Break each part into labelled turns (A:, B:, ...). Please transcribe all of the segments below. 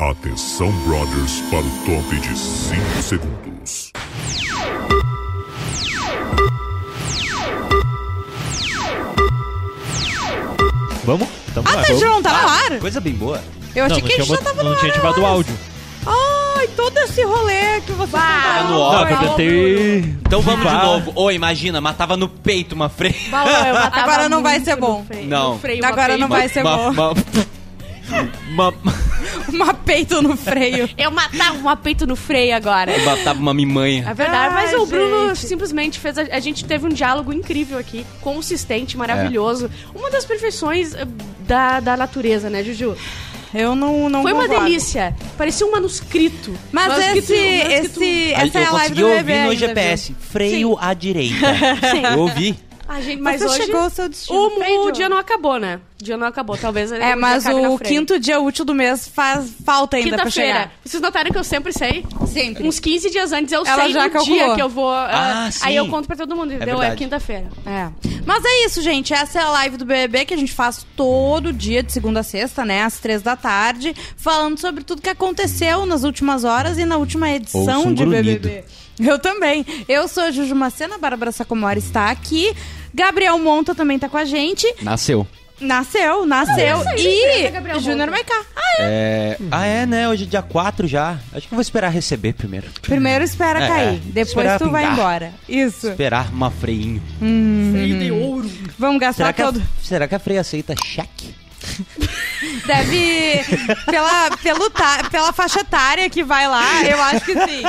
A: Atenção, brothers, para o top de 5 segundos.
B: Vamos? Tamo
C: Ah,
B: lá.
C: tá, já não tava no ar?
B: Coisa bem boa.
C: Eu achei que a
B: tinha
C: gente já
B: bot-
C: tava no
B: Não tinha
C: ar, né?
B: ativado o
C: mas-
B: áudio.
C: Ai, todo esse rolê que você
D: Bah,
C: tá
D: no
B: Não,
D: áudio.
B: eu tentei...
D: Então vamos de
B: Bah.
D: novo. Ou imagina, matava no peito uma freia.
E: Bah, eu matava
C: Agora não vai
E: muito
C: ser
E: no
C: bom.
E: freio-
D: Não.
E: no freio, uma
C: Agora
E: vez.
C: não vai ser bom.
D: Uma,
C: Uma peito no freio.
E: Eu matava um peito no freio agora.
D: matava uma
E: É
D: mimanha.
E: verdade, mas
C: Ai,
E: o Bruno
C: gente.
E: simplesmente fez. A, a gente teve um diálogo incrível aqui, consistente, maravilhoso. Uma das perfeições eh, da, da natureza, né, Juju?
C: Eu não, não
E: Foi uma
C: concordo.
E: delícia. Parecia um manuscrito. Um
C: Mas
E: Manuscrito-
C: esse,
E: manuscrito-
C: esse, essa
D: eu
C: é a live
D: consegui
C: do
D: ouvir
C: bebê.
D: no
C: ainda,
D: GPS. Freio à direita. Eu ouvi.
E: Ah, gente,
C: viu?
E: mas
C: Você
E: hoje
C: chegou ao seu destino.
E: o, o dia não acabou, né? O dia não acabou, talvez.
C: É, mas o quinto dia útil do mês faz falta ainda pra
E: Quinta-feira.
C: chegar.
E: Vocês notaram que eu sempre sei?
C: Sempre.
E: Uns 15 dias antes eu
C: Ela
E: sei
C: já
E: o
C: calculou.
E: dia que eu vou. ah,
D: Ah, sim.
E: Aí eu conto pra todo mundo, entendeu? É,
D: verdade.
E: quinta-feira.
C: É. Mas é isso, gente. Essa é a live do BBB que a gente faz todo dia, de segunda a sexta, né? Às três da tarde, falando sobre tudo que aconteceu nas últimas horas e na última edição
D: Ouço um
C: de
D: grunhido.
C: BBB. Eu também. Eu sou a Juju Macena, a Bárbara Sacomori está aqui. Gabriel Monta também tá com a gente.
D: Nasceu.
C: Nasceu, nasceu.
E: É isso aí, surpresa,
C: e
E: Gabriel
C: Júnior
E: Monta.
C: Maiká. Ah,
D: É... Ah, é, né? Hoje é dia 4 já. Acho que eu vou esperar receber primeiro.
C: Primeiro espera
D: É,
C: cair,
D: é.
C: depois
D: Esperar
C: tu vai
D: pingar.
C: embora. Isso.
D: Esperar uma freinho.
E: Freio de ouro.
C: Vamos
D: Será
C: gastar
D: que, a,
C: todo.
D: será que a freia aceita cheque?
C: Deve. Pela, pelo ta- pela faixa etária que vai lá, eu acho que sim.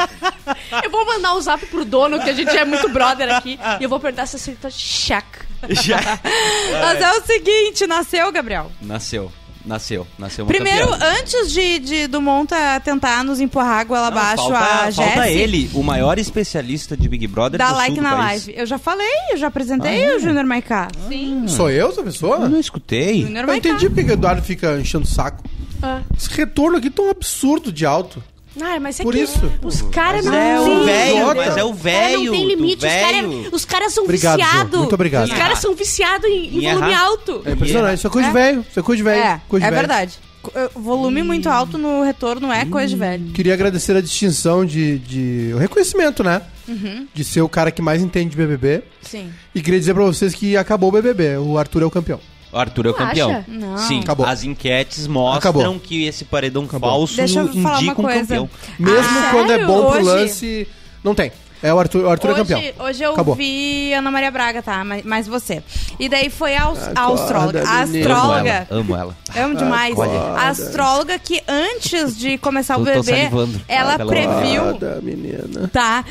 E: Eu vou mandar o zap pro dono, que a gente é muito brother aqui. E eu vou perguntar se você tá cheque.
D: Já.
C: Mas é o seguinte, nasceu, Gabriel.
D: Nasceu. Nasceu. Nasceu uma
C: Primeiro,
D: campeã.
C: antes de, de- do Monta tentar nos empurrar a goela
D: Não,
C: abaixo
D: falta,
C: a
D: falta
C: Jéssica.
D: ele, o maior especialista de Big Brother
C: Dá
D: do
C: like
D: sul do
C: na
D: país.
C: live. Eu já falei, eu já apresentei o Júnior Maiká. Sim.
F: Sou eu essa pessoa?
D: Eu não escutei.
C: Júnior
F: Eu
C: Maiká.
F: entendi porque o Eduardo fica enchendo o saco.
E: Ah.
C: É.
F: Esse retorno aqui tá um absurdo de alto.
E: Ah, mas é
F: Por
E: que
F: isso.
E: os caras não...
D: É
E: Sim.
D: o velho,
F: Idiota.
D: mas é o
E: Os caras
D: velho.
E: não tem
D: do
E: limite, os
D: velho.
E: caras os caras são
F: Obrigado, Ju.
E: viciados.
F: Muito obrigado.
E: Os caras são viciados em, em
D: Em
E: volume
D: errar.
E: alto.
F: É impressionante. Isso é coisa de velho. Isso é coisa de velho.
C: É,
F: coisa
C: é
F: de velho.
C: verdade. Co- eh, Volume muito alto no retorno é coisa de velho.
F: Queria agradecer a distinção de, de- o reconhecimento, né?
C: Uhum.
F: De ser o cara que mais entende de BBB.
C: Sim.
F: E queria dizer pra vocês que acabou o BBB. O Arthur é o campeão.
D: O Arthur é o
E: Tu acha?
D: campeão.
C: Não.
D: Sim,
F: Acabou.
D: as enquetes mostram
F: Acabou.
D: que esse paredão falso
C: Deixa eu falar uma
D: indica um
C: coisa.
D: campeão.
F: Mesmo
C: Ah,
F: quando é
C: sério?
F: bom pro
C: Hoje?
F: lance, não tem. É o Arthur, o Arthur é campeão.
C: Hoje, hoje eu
F: Acabou.
C: vi Ana Maria Braga, tá? Mas, mas você. E daí foi a, aus- a astróloga. A
F: menina.
C: astróloga.
D: Amo ela.
C: Amo demais.
F: Acorda.
C: A astróloga que antes de começar
D: Tô-
C: o
D: tô
C: bebê,
D: salivando.
C: ela
D: Ah, pela-
C: previu.
F: "Ah, Nada, menina.
C: Tá.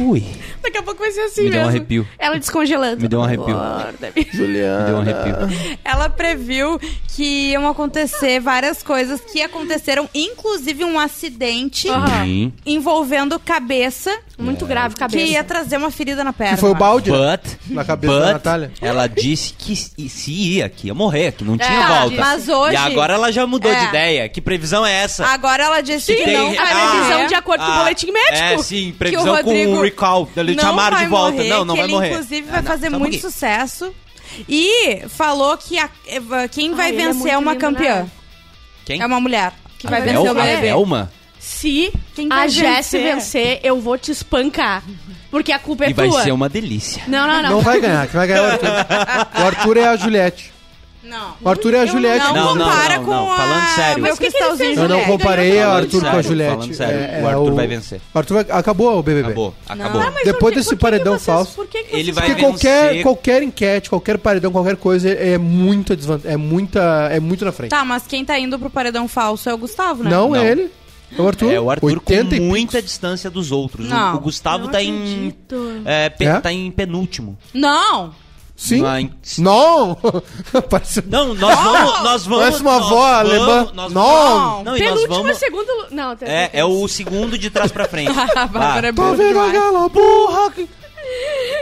D: Ui,
E: Daqui a pouco vai ser assim
D: Me deu um
E: mesmo.
D: arrepio.
E: Ela descongelando.
D: Me deu um arrepio.
E: Acorda.
D: me deu um
F: Juliana.
D: arrepio.
F: Ah,
C: Ela previu que iam acontecer várias coisas que aconteceram, inclusive um acidente
E: Aham.
D: Sim.
C: envolvendo cabeça,
E: Muito
D: É.
E: grave cabeça.
C: que ia trazer uma ferida na perna.
F: Que foi o balde né?
D: But,
F: na cabeça
D: but
F: da Natália.
D: ela disse que se se ia, que ia morrer, que não tinha
E: tá,
D: volta.
C: É, mas hoje-
D: E agora ela já mudou
C: É.
D: de ideia. Que previsão é essa?
C: Agora ela disse que
D: tem-
C: não.
E: A
C: vai
D: Ah,
E: previsão
C: morrer.
E: de acordo com o
D: Ah,
E: boletim médico.
D: É, sim, previsão
C: que o Rodrigo
D: com o recall. Ele
C: não
D: chamaram
C: vai
D: de volta.
C: morrer,
D: não, não
C: que
D: vai
C: ele,
D: morrer.
C: Inclusive,
D: Ah,
C: vai
D: não,
C: fazer
D: só um
C: muito
D: pouquinho.
C: sucesso. E falou que a- quem vai
E: Ai, ele é
C: vencer é,
E: muito
C: uma
E: lindo,
C: campeã.
E: né?
D: Quem? Ah, é
C: É uma mulher que vai
D: A
C: vencer
D: Velma?
C: o
D: A
C: BBB.
D: Velma?
E: Se
C: Quem
E: a
C: vai
E: Jess
C: vencer?
E: vencer, eu vou te espancar. Porque a culpa é
D: E vai
E: tua.
D: ser um- uma delícia.
E: Não, não, não.
F: Não vai ganhar, que vai ganhar o Arthur. O Arthur é a Juliette.
C: Não.
F: O Arthur é a
C: Eu
F: Juliette.
C: Não,
D: Não, não,
C: compara
D: não,
C: com
D: não.
C: a...
D: Falando sério.
C: Meu
D: Mas o
E: que que ele
C: cristalzinho
E: fez,
F: Eu não
E: Juliette,
F: comparei o
E: ganhou.
F: Arthur com a
D: Falando
F: Juliette. É,
D: sério, falando sério, o Arthur vai vencer.
F: O Arthur vai- acabou o BBB.
D: Acabou, acabou.
C: Ah,
E: mas
F: Depois
E: por que-
F: desse
E: por que
F: paredão
E: vocês-
F: falso,
E: por que que
D: ele
E: vocês-
D: vai-
F: Porque
D: vencer.
F: qualquer, qualquer enquete, qualquer paredão, qualquer coisa é muita desvantagem. É, muita, é muito na frente.
C: Tá, mas quem tá indo pro paredão falso é o Gustavo, né?
F: Não,
D: Não.
F: é ele. É o Arthur.
D: É, o Arthur com
F: 80 e pico.
D: muita distância dos outros. O-
C: Não,
D: o Gustavo
E: não
D: tá em,
E: acredito.
D: é, pe-
F: É?
D: tá em penúltimo.
C: Não!
F: Sim.
D: Na- em-
F: Não! Parece...
D: Não, nós vamos. Nós vamos
F: Parece uma
D: nós
F: avó
D: vamos-
F: alemã.
D: nós-
F: Não!
D: Não, e nós
E: Penúltimo é
D: vamos.
E: segundo. Não, tá-
D: É, é o segundo de trás pra frente.
C: A Bárbara é
D: Ah,
F: Tá
C: boa
F: vendo
C: demais.
F: aquela burra? que-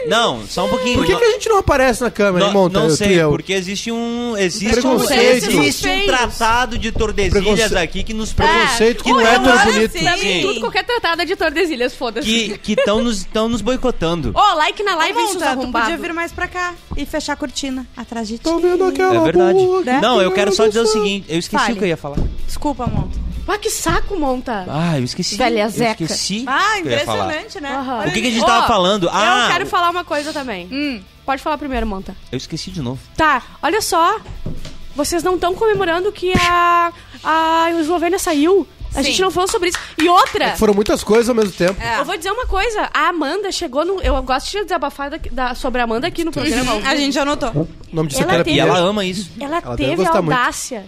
D: não, só um pouquinho.
F: Por que,
D: Nó-
F: que é, a gente não aparece na câmera,
D: nó-
F: hein, Monta?
D: não
F: Eu, tu e
D: sei,
F: eu?
D: porque existe um. Existe um,
F: Preconceito.
D: existe um tratado de Tordesilhas
F: Preconce-
D: aqui que nos
F: Preconceito
D: que
F: com
D: não é
F: hétero
D: nós-
F: bonito.
D: Sim.
E: Também tudo, qualquer tratada de Tordesilhas, foda-se.
D: que que estão nos, tão nos boicotando.
E: Ô, like na live, isso
C: Monta,
E: tá
C: tu
E: arrombado.
C: podia vir mais pra cá e fechar a cortina atrás de ti.
F: Tá vendo aquela
D: É verdade.
F: burra? que
D: Não, eu
F: tá
D: quero só dizer o
F: dançando?
D: seguinte, eu esqueci
C: Fale.
D: o que eu ia falar.
C: Desculpa, Monta.
E: Ah, que saco, monta.
D: Ah, eu esqueci.
G: Velha
D: eu
G: zeca.
D: esqueci.
C: Ah,
D: o que eu ia falar.
C: impressionante, né?
E: Aham.
D: O que, que a gente
E: Ó,
D: tava falando?
E: eu
D: Ah,
E: quero falar uma coisa também.
C: Hum.
E: Pode falar primeiro, monta.
D: eu esqueci de novo.
E: Tá, olha só. Vocês não estão comemorando que a, a Eslovênia saiu. A
C: Sim.
E: gente não falou sobre isso. E outra,
D: É,
F: Foram muitas coisas ao mesmo tempo.
C: É.
E: eu vou dizer uma coisa. A Amanda chegou no... Eu gosto de desabafar da- da- sobre a Amanda aqui no
D: tá
E: programa.
C: Uhum, A gente anotou.
F: O nome disso
E: Ela
F: é
E: tem-
D: E
F: terapia.
D: ela ama isso.
E: Ela,
F: deve
E: teve a
F: gostar muito.
E: audácia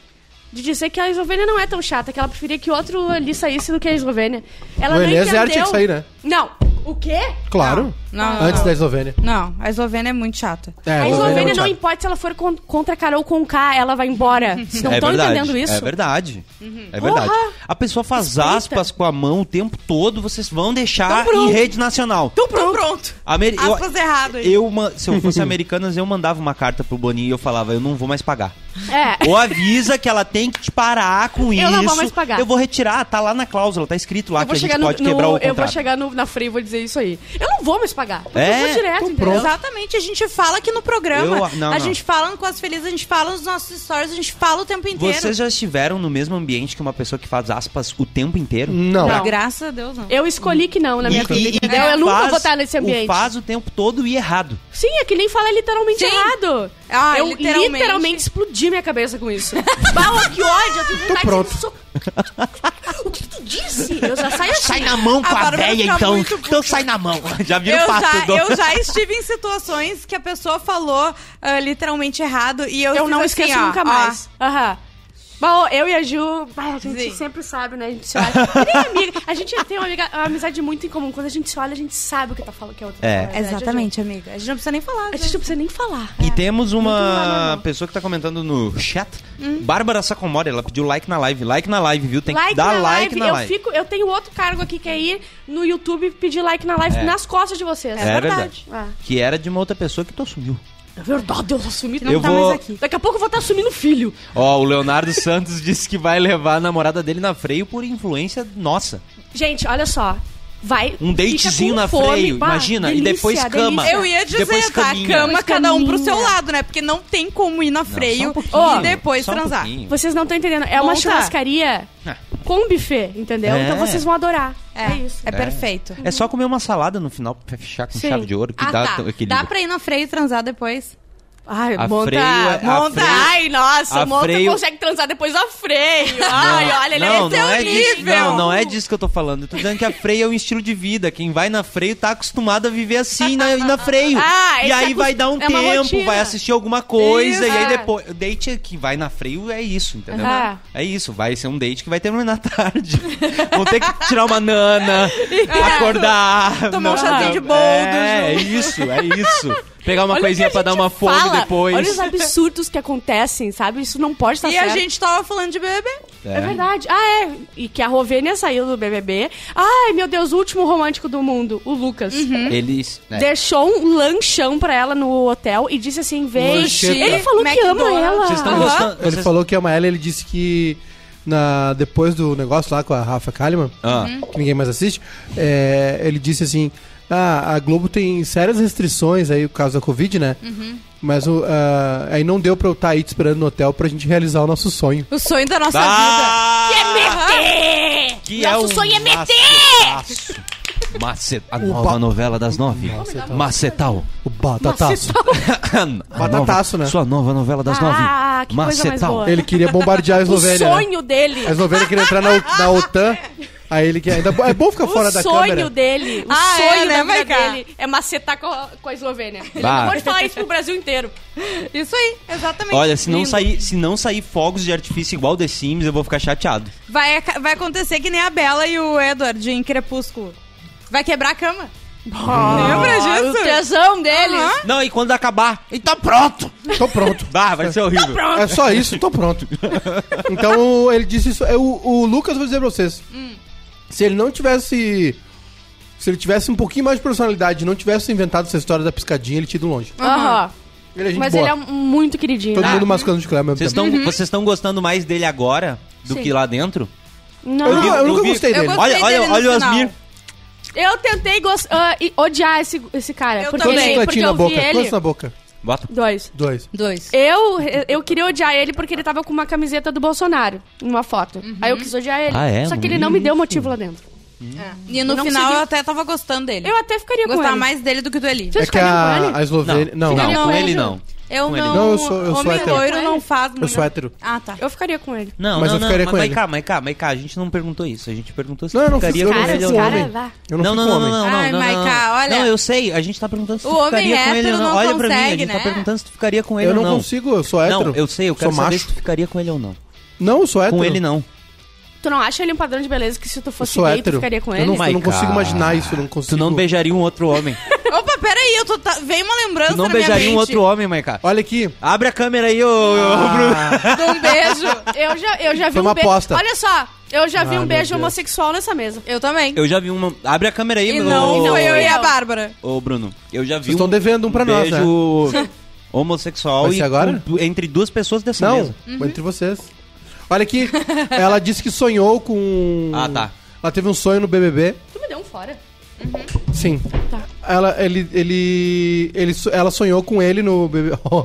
E: de dizer que a Eslovênia não é tão chata, que ela preferia que outro ali saísse do que a Eslovênia. Ela
F: O
E: não
F: Enes
E: entendeu...
F: Zero tinha que sair, né?
E: Não. O quê?
F: Claro.
C: Não, não,
F: Antes
C: não.
F: da Eslovênia.
C: Não, a Eslovênia é muito chata.
F: É,
E: a
F: é
E: Eslovênia
F: muito
E: não
F: chato.
E: importa se ela for con- contra a Carol Conká, ela vai embora. Vocês não
D: é
E: estão
D: verdade,
E: entendendo isso? Uhum.
D: É verdade. É verdade.
E: Porra!
D: A pessoa faz
E: Espreita.
D: aspas com a mão o tempo todo, vocês vão deixar
E: Então pronto.
D: em rede nacional.
C: Então pronto. pronto.
D: Ameri- eu-
C: Aspas errado aí.
D: eu ma- se eu fosse americanas, eu mandava uma carta pro Boninho e eu falava, eu não vou mais pagar.
E: É.
D: Ou avisa que ela tem que te parar com isso.
E: Eu não vou mais pagar.
D: Eu vou retirar, tá lá na cláusula, tá escrito lá que
E: Eu vou
D: a gente
E: chegar, no,
D: pode quebrar
E: no-
D: o
E: eu vou
D: contrato.
E: chegar no- na Free e vou dizer isso aí. Eu não vou mais pagar. porque
D: É?
E: Eu vou direto,
F: Então
E: entendeu?
F: pronto.
C: Exatamente, a gente fala aqui no programa.
D: Eu- não,
C: a
D: não.
C: gente fala com as felizes, a gente fala nos nossos stories, a gente fala o tempo inteiro.
D: Vocês já estiveram no mesmo ambiente que uma pessoa que faz aspas o tempo inteiro?
F: Não.
E: Não.
C: Graças a Deus, não.
E: Eu escolhi que não na minha
D: E-
E: vida,
D: e-
E: entendeu?
C: Né?
D: e
E: eu nunca
D: faz-
E: vou estar nesse
D: o
E: ambiente.
D: Faz o tempo todo e errado.
E: Sim, é que nem falar literalmente
C: Sim.
E: errado.
C: Ah,
E: eu
C: literalmente.
E: literalmente. explodi minha cabeça com isso. Bala, que ódio, eu tenho vontade
F: pronto.
E: de... So... O que que tu disse? Eu já saio assim.
D: mão
C: com a Agora vai véia, ficar então. muito
D: Então sai na mão. Já viram
C: Eu
D: o pato
C: já,
D: do...
C: eu já estive em situações que a pessoa falou ah, literalmente errado e eu
E: Eu
C: fiz
E: não
C: assim,
E: esqueço
C: ó,
E: nunca
C: ó.
E: mais. Aham. Bom, eu e a Ju, ai, a gente
C: Sim.
E: sempre sabe, né? A gente se olha. Que nem amiga. A gente tem uma, amiga- uma amizade muito em comum. Quando a gente se olha, a gente sabe o que tá falando que é outra
D: É.
E: pessoa, né,
C: Exatamente, amiga. A gente não precisa nem falar. né?
E: Ju? A
C: às
E: gente não
C: vezes.
E: precisa nem falar.
D: E temos
E: lá,
D: uma
E: não.
D: pessoa que tá comentando no chat.
C: Hum?
D: Bárbara Sacomori, ela pediu like na live. Like na live, viu? Tem que
E: Like
D: dar
E: na
D: like
E: live,
D: na
E: eu
D: live.
E: fico, eu tenho outro cargo aqui que é ir no YouTube pedir like na live
D: É.
E: nas costas de vocês.
D: É verdade.
E: Ah.
D: Que era de uma outra pessoa que tu assumiu.
E: É verdade, eu assumi
D: Eu
E: tá
D: vou-
E: mais aqui. Daqui a pouco eu vou estar assumindo filho.
D: Ó, o Leonardo Santos disse que vai levar a namorada dele na freio por influência nossa.
E: Gente, olha só. Vai.
D: Um datezinho
E: fica com
D: na
E: fome,
D: freio,
E: pá,
D: imagina, e depois
E: delícia,
D: cama.
E: delícia.
C: Eu ia dizer,
D: Ah, Depois
C: tá?
D: caminha.
C: Cama,
E: Depois
C: cada um pro seu
E: caminha.
C: lado, né? Porque não tem como ir na freio
E: pouquinho.
C: e depois
D: um Só um
C: transar.
D: pouquinho.
E: Vocês não estão entendendo. É uma
C: Monta.
E: churrascaria
D: É.
E: com buffet, entendeu?
D: É.
E: Então vocês vão adorar.
C: é,
E: É, isso.
C: é perfeito.
D: É só comer uma salada no final pra fechar com
E: Sim.
D: chave de ouro que
C: Ah,
D: dá
C: tá.
D: aquele.
C: Dá pra ir na freio e transar depois.
E: Ai,
D: A
E: monta,
D: freio é- a
E: monta.
D: freio-
E: Ai, nossa,
D: a
E: monta
D: freio-
E: consegue transar depois da freio. Ai, olha, ele
D: não,
E: é seu
D: não é
E: nível.
D: disso, não, não é disso que eu tô falando. Eu tô dizendo que a freio é um estilo de vida. Quem vai na freio tá acostumado a viver assim na, na freio.
E: Ah,
D: e
E: esse
D: aí
E: acos-
D: vai dar um
E: é uma
D: tempo,
E: rotina.
D: vai assistir alguma coisa
E: Isso.
D: e aí
E: Ah.
D: depois. O Date que vai na freio é isso, entendeu?
E: Aham.
D: É isso, vai ser um date que vai terminar tarde. Vão ter que tirar uma nana, acordar,
C: Tomar um
D: não,
C: chazinho de boldo
D: É, é isso, é isso. Pegar uma
E: Olha o que
D: coisinha
E: a
D: pra dar
E: gente
D: uma fome
E: fala,
D: depois.
E: Olha os absurdos que acontecem, sabe? Isso não pode estar
C: e
E: certo.
C: a gente tava falando de bebê.
E: É verdade. Ah, é. E que a Rovênia saiu do BBB. Ai, meu Deus, o último romântico do mundo, o Lucas.
D: Eles.
F: É.
D: né,
E: Deixou um lanchão pra ela no hotel e disse assim: vem.
F: Lancheira.
E: Ele falou que ama
C: McDonald's.
E: ela.
D: Vocês estão
C: Aham.
D: gostando?
F: Ele
D: vocês-
F: falou que ama ela, ele disse que na, depois do negócio lá com a Rafa Kalimann,
D: Ah.
E: Uhum.
F: que ninguém mais assiste, é, ele disse assim: Ah, a Globo tem sérias restrições aí, por causa da Covid, né?
E: Uhum.
F: Mas o, ah, aí não deu pra eu estar aí te esperando no hotel pra gente realizar o nosso sonho.
C: O sonho da nossa
D: Ah!
E: é
D: Que é o sonho é meter! Macet... A nova novela das nove.
F: tá
D: Macetal.
F: O batataço.
D: A nova-
F: Batataço, né?
D: Sua nova novela das nove.
E: Ah, que coisa mais
D: Macetal.
E: boa.
F: Ele queria bombardear a
E: O
F: Eslovênia. né?
E: sonho dele.
F: A Eslovênia queria entrar na, na OTAN. Aí ele quer. ainda- é bom ficar fora
E: o
F: da
E: sonho
F: câmera.
E: dele. O
C: Ah, é,
E: sonho
C: né,
E: da
C: vai
E: vida
C: cá.
E: dele é macetar com a, com a Eslovênia. Ele
D: Bah.
E: acabou de falar isso pro Brasil inteiro.
C: vida. Isso aí, exatamente.
D: Olha, se não,
C: Lindo.
D: sair, se não sair fogos de artifício igual The Sims, eu vou ficar chateado.
C: Vai, aca- vai acontecer que nem a Bela e o Edward em Crepúsculo. Vai quebrar a cama. Lembra
E: Ah, O
C: disso?
E: tesão dele.
C: Aham.
D: Não, e quando acabar? E tá pronto!
F: Tô pronto.
D: Bah, vai ser
E: Tá
D: horrível.
F: É só isso, tô pronto. Então ele disse isso. Eu, o Lucas, vou dizer pra vocês.
E: Hum.
F: Se ele não tivesse. Se ele tivesse um pouquinho mais de personalidade, não tivesse inventado essa história da piscadinha, ele tinha ido longe.
E: Aham.
F: Ele é gente
E: Mas
F: boa.
E: ele é muito queridinho.
F: Todo
E: né?
F: mundo mascando de cama.
D: Vocês estão gostando mais dele agora do
E: Uhum. Sim.
D: que lá dentro?
F: Eu,
E: Não.
F: não- eu nunca
D: vi-
F: gostei
C: eu
F: dele.
C: gostei.
D: Olha, olha,
C: dele no
D: olha o
C: final.
D: Asmir.
E: Eu tentei gos- ah, e odiar esse, esse cara.
C: Eu
E: porque
C: também.
F: Todo
E: ele, porque
F: chicletinho
E: eu
F: na
E: vi
F: boca.
E: ele.
F: Todo na boca.
D: Bota.
E: Dois.
F: Dois.
C: Dois.
E: Eu, eu queria odiar ele porque ele tava com uma camiseta do Bolsonaro, uma foto. Aí eu quis odiar ele.
D: Ah, é?
E: Só que ele não me deu motivo lá dentro.
C: É. E no
E: Não
C: final
E: consegui.
C: eu até tava gostando dele.
E: Eu até ficaria com
C: Gostava
E: ele.
C: mais dele do que do Eli.
E: Vocês
F: é que
E: ficariam com
F: a,
E: ele?
F: a Eslovênia. Não,
D: Não,
E: Não,
D: com
E: ele
D: ele
E: não.
D: não.
C: Eu
D: Com ele.
C: não.
F: Não, eu sou- eu sou
C: Homem
F: hétero.
C: loiro não faz muito.
F: sou hétero.
C: Ah, tá.
E: Eu ficaria com ele.
D: Não,
F: Mas
D: não,
F: eu ficaria
D: não.
F: com
D: mas
F: ele.
D: cá, mas cá, mas cá, a gente não perguntou isso. A gente perguntou se
F: Não, eu
D: tu
F: não
D: ficaria
F: fiz- eu
D: com
F: não
D: ele
F: fiz
D: ou
F: com
D: não.
F: homem.
E: vá.
F: Eu
D: Não,
F: não,
D: não,
F: fico
D: não,
F: homem.
D: não, não,
C: Ai,
D: não, não,
C: Maiká,
D: não.
C: olha.
D: Não, eu sei, a gente tá perguntando se tu
C: O homem
D: ficaria com ele
C: hétero
D: ou não.
C: não
D: Olha pra mim, a
C: consegue,
D: gente tá
C: né?
D: perguntando se tu ficaria com ele
F: Eu
D: ou
F: não,
D: não.
F: consigo, eu sou hétero.
D: Não, eu sei, eu quero
F: sou
D: saber
F: macho.
D: se tu ficaria com ele ou não.
F: Não, eu sou hétero.
D: Com ele não.
E: Tu não acha ele um padrão de beleza que se tu fosse
F: sou
E: gay, tu
F: hétero.
E: ficaria com
F: Eu não,
E: ele?
F: eu não
D: Maica.
F: consigo imaginar isso, eu não
D: Tu
F: consigo.
D: não beijaria um outro homem.
E: Ah,
C: Opa, peraí, eu tô. Tá... Vem uma lembrança
D: Tu não
C: na minha
D: beijaria um
C: mente.
D: outro homem, Maiká.
F: Olha aqui.
D: Abre a câmera aí, ô, ô
F: Ah.
D: Bruno.
E: De um beijo. Eu já, eu já vi
F: Foi
E: um
F: uma
E: beijo.
F: aposta.
E: Olha só, eu já vi
F: Ai,
E: um
F: meu
E: beijo
F: Deus.
E: homossexual nessa mesa.
C: Eu também.
D: Eu já vi uma. Abre a câmera aí,
C: E
D: Bruno.
C: não, é.
D: Ô,
C: foi eu e a
E: Não.
C: Bárbara.
D: Ô, Bruno, eu já vi
F: Vocês estão
D: um
F: devendo um pra nós, né?
D: beijo homossexual
F: Vai ser
D: e
F: agora?
D: com- entre duas pessoas dessa
F: Não,
D: mesa.
F: entre
E: Uhum.
F: vocês. Olha aqui, ela disse que sonhou com.
D: Ah, tá.
F: Ela teve um sonho no BBB.
E: Tu me deu um fora.
F: Sim.
E: Tá.
F: Ela, ele, ele, ele, so- ela sonhou com ele no BBB. Oh.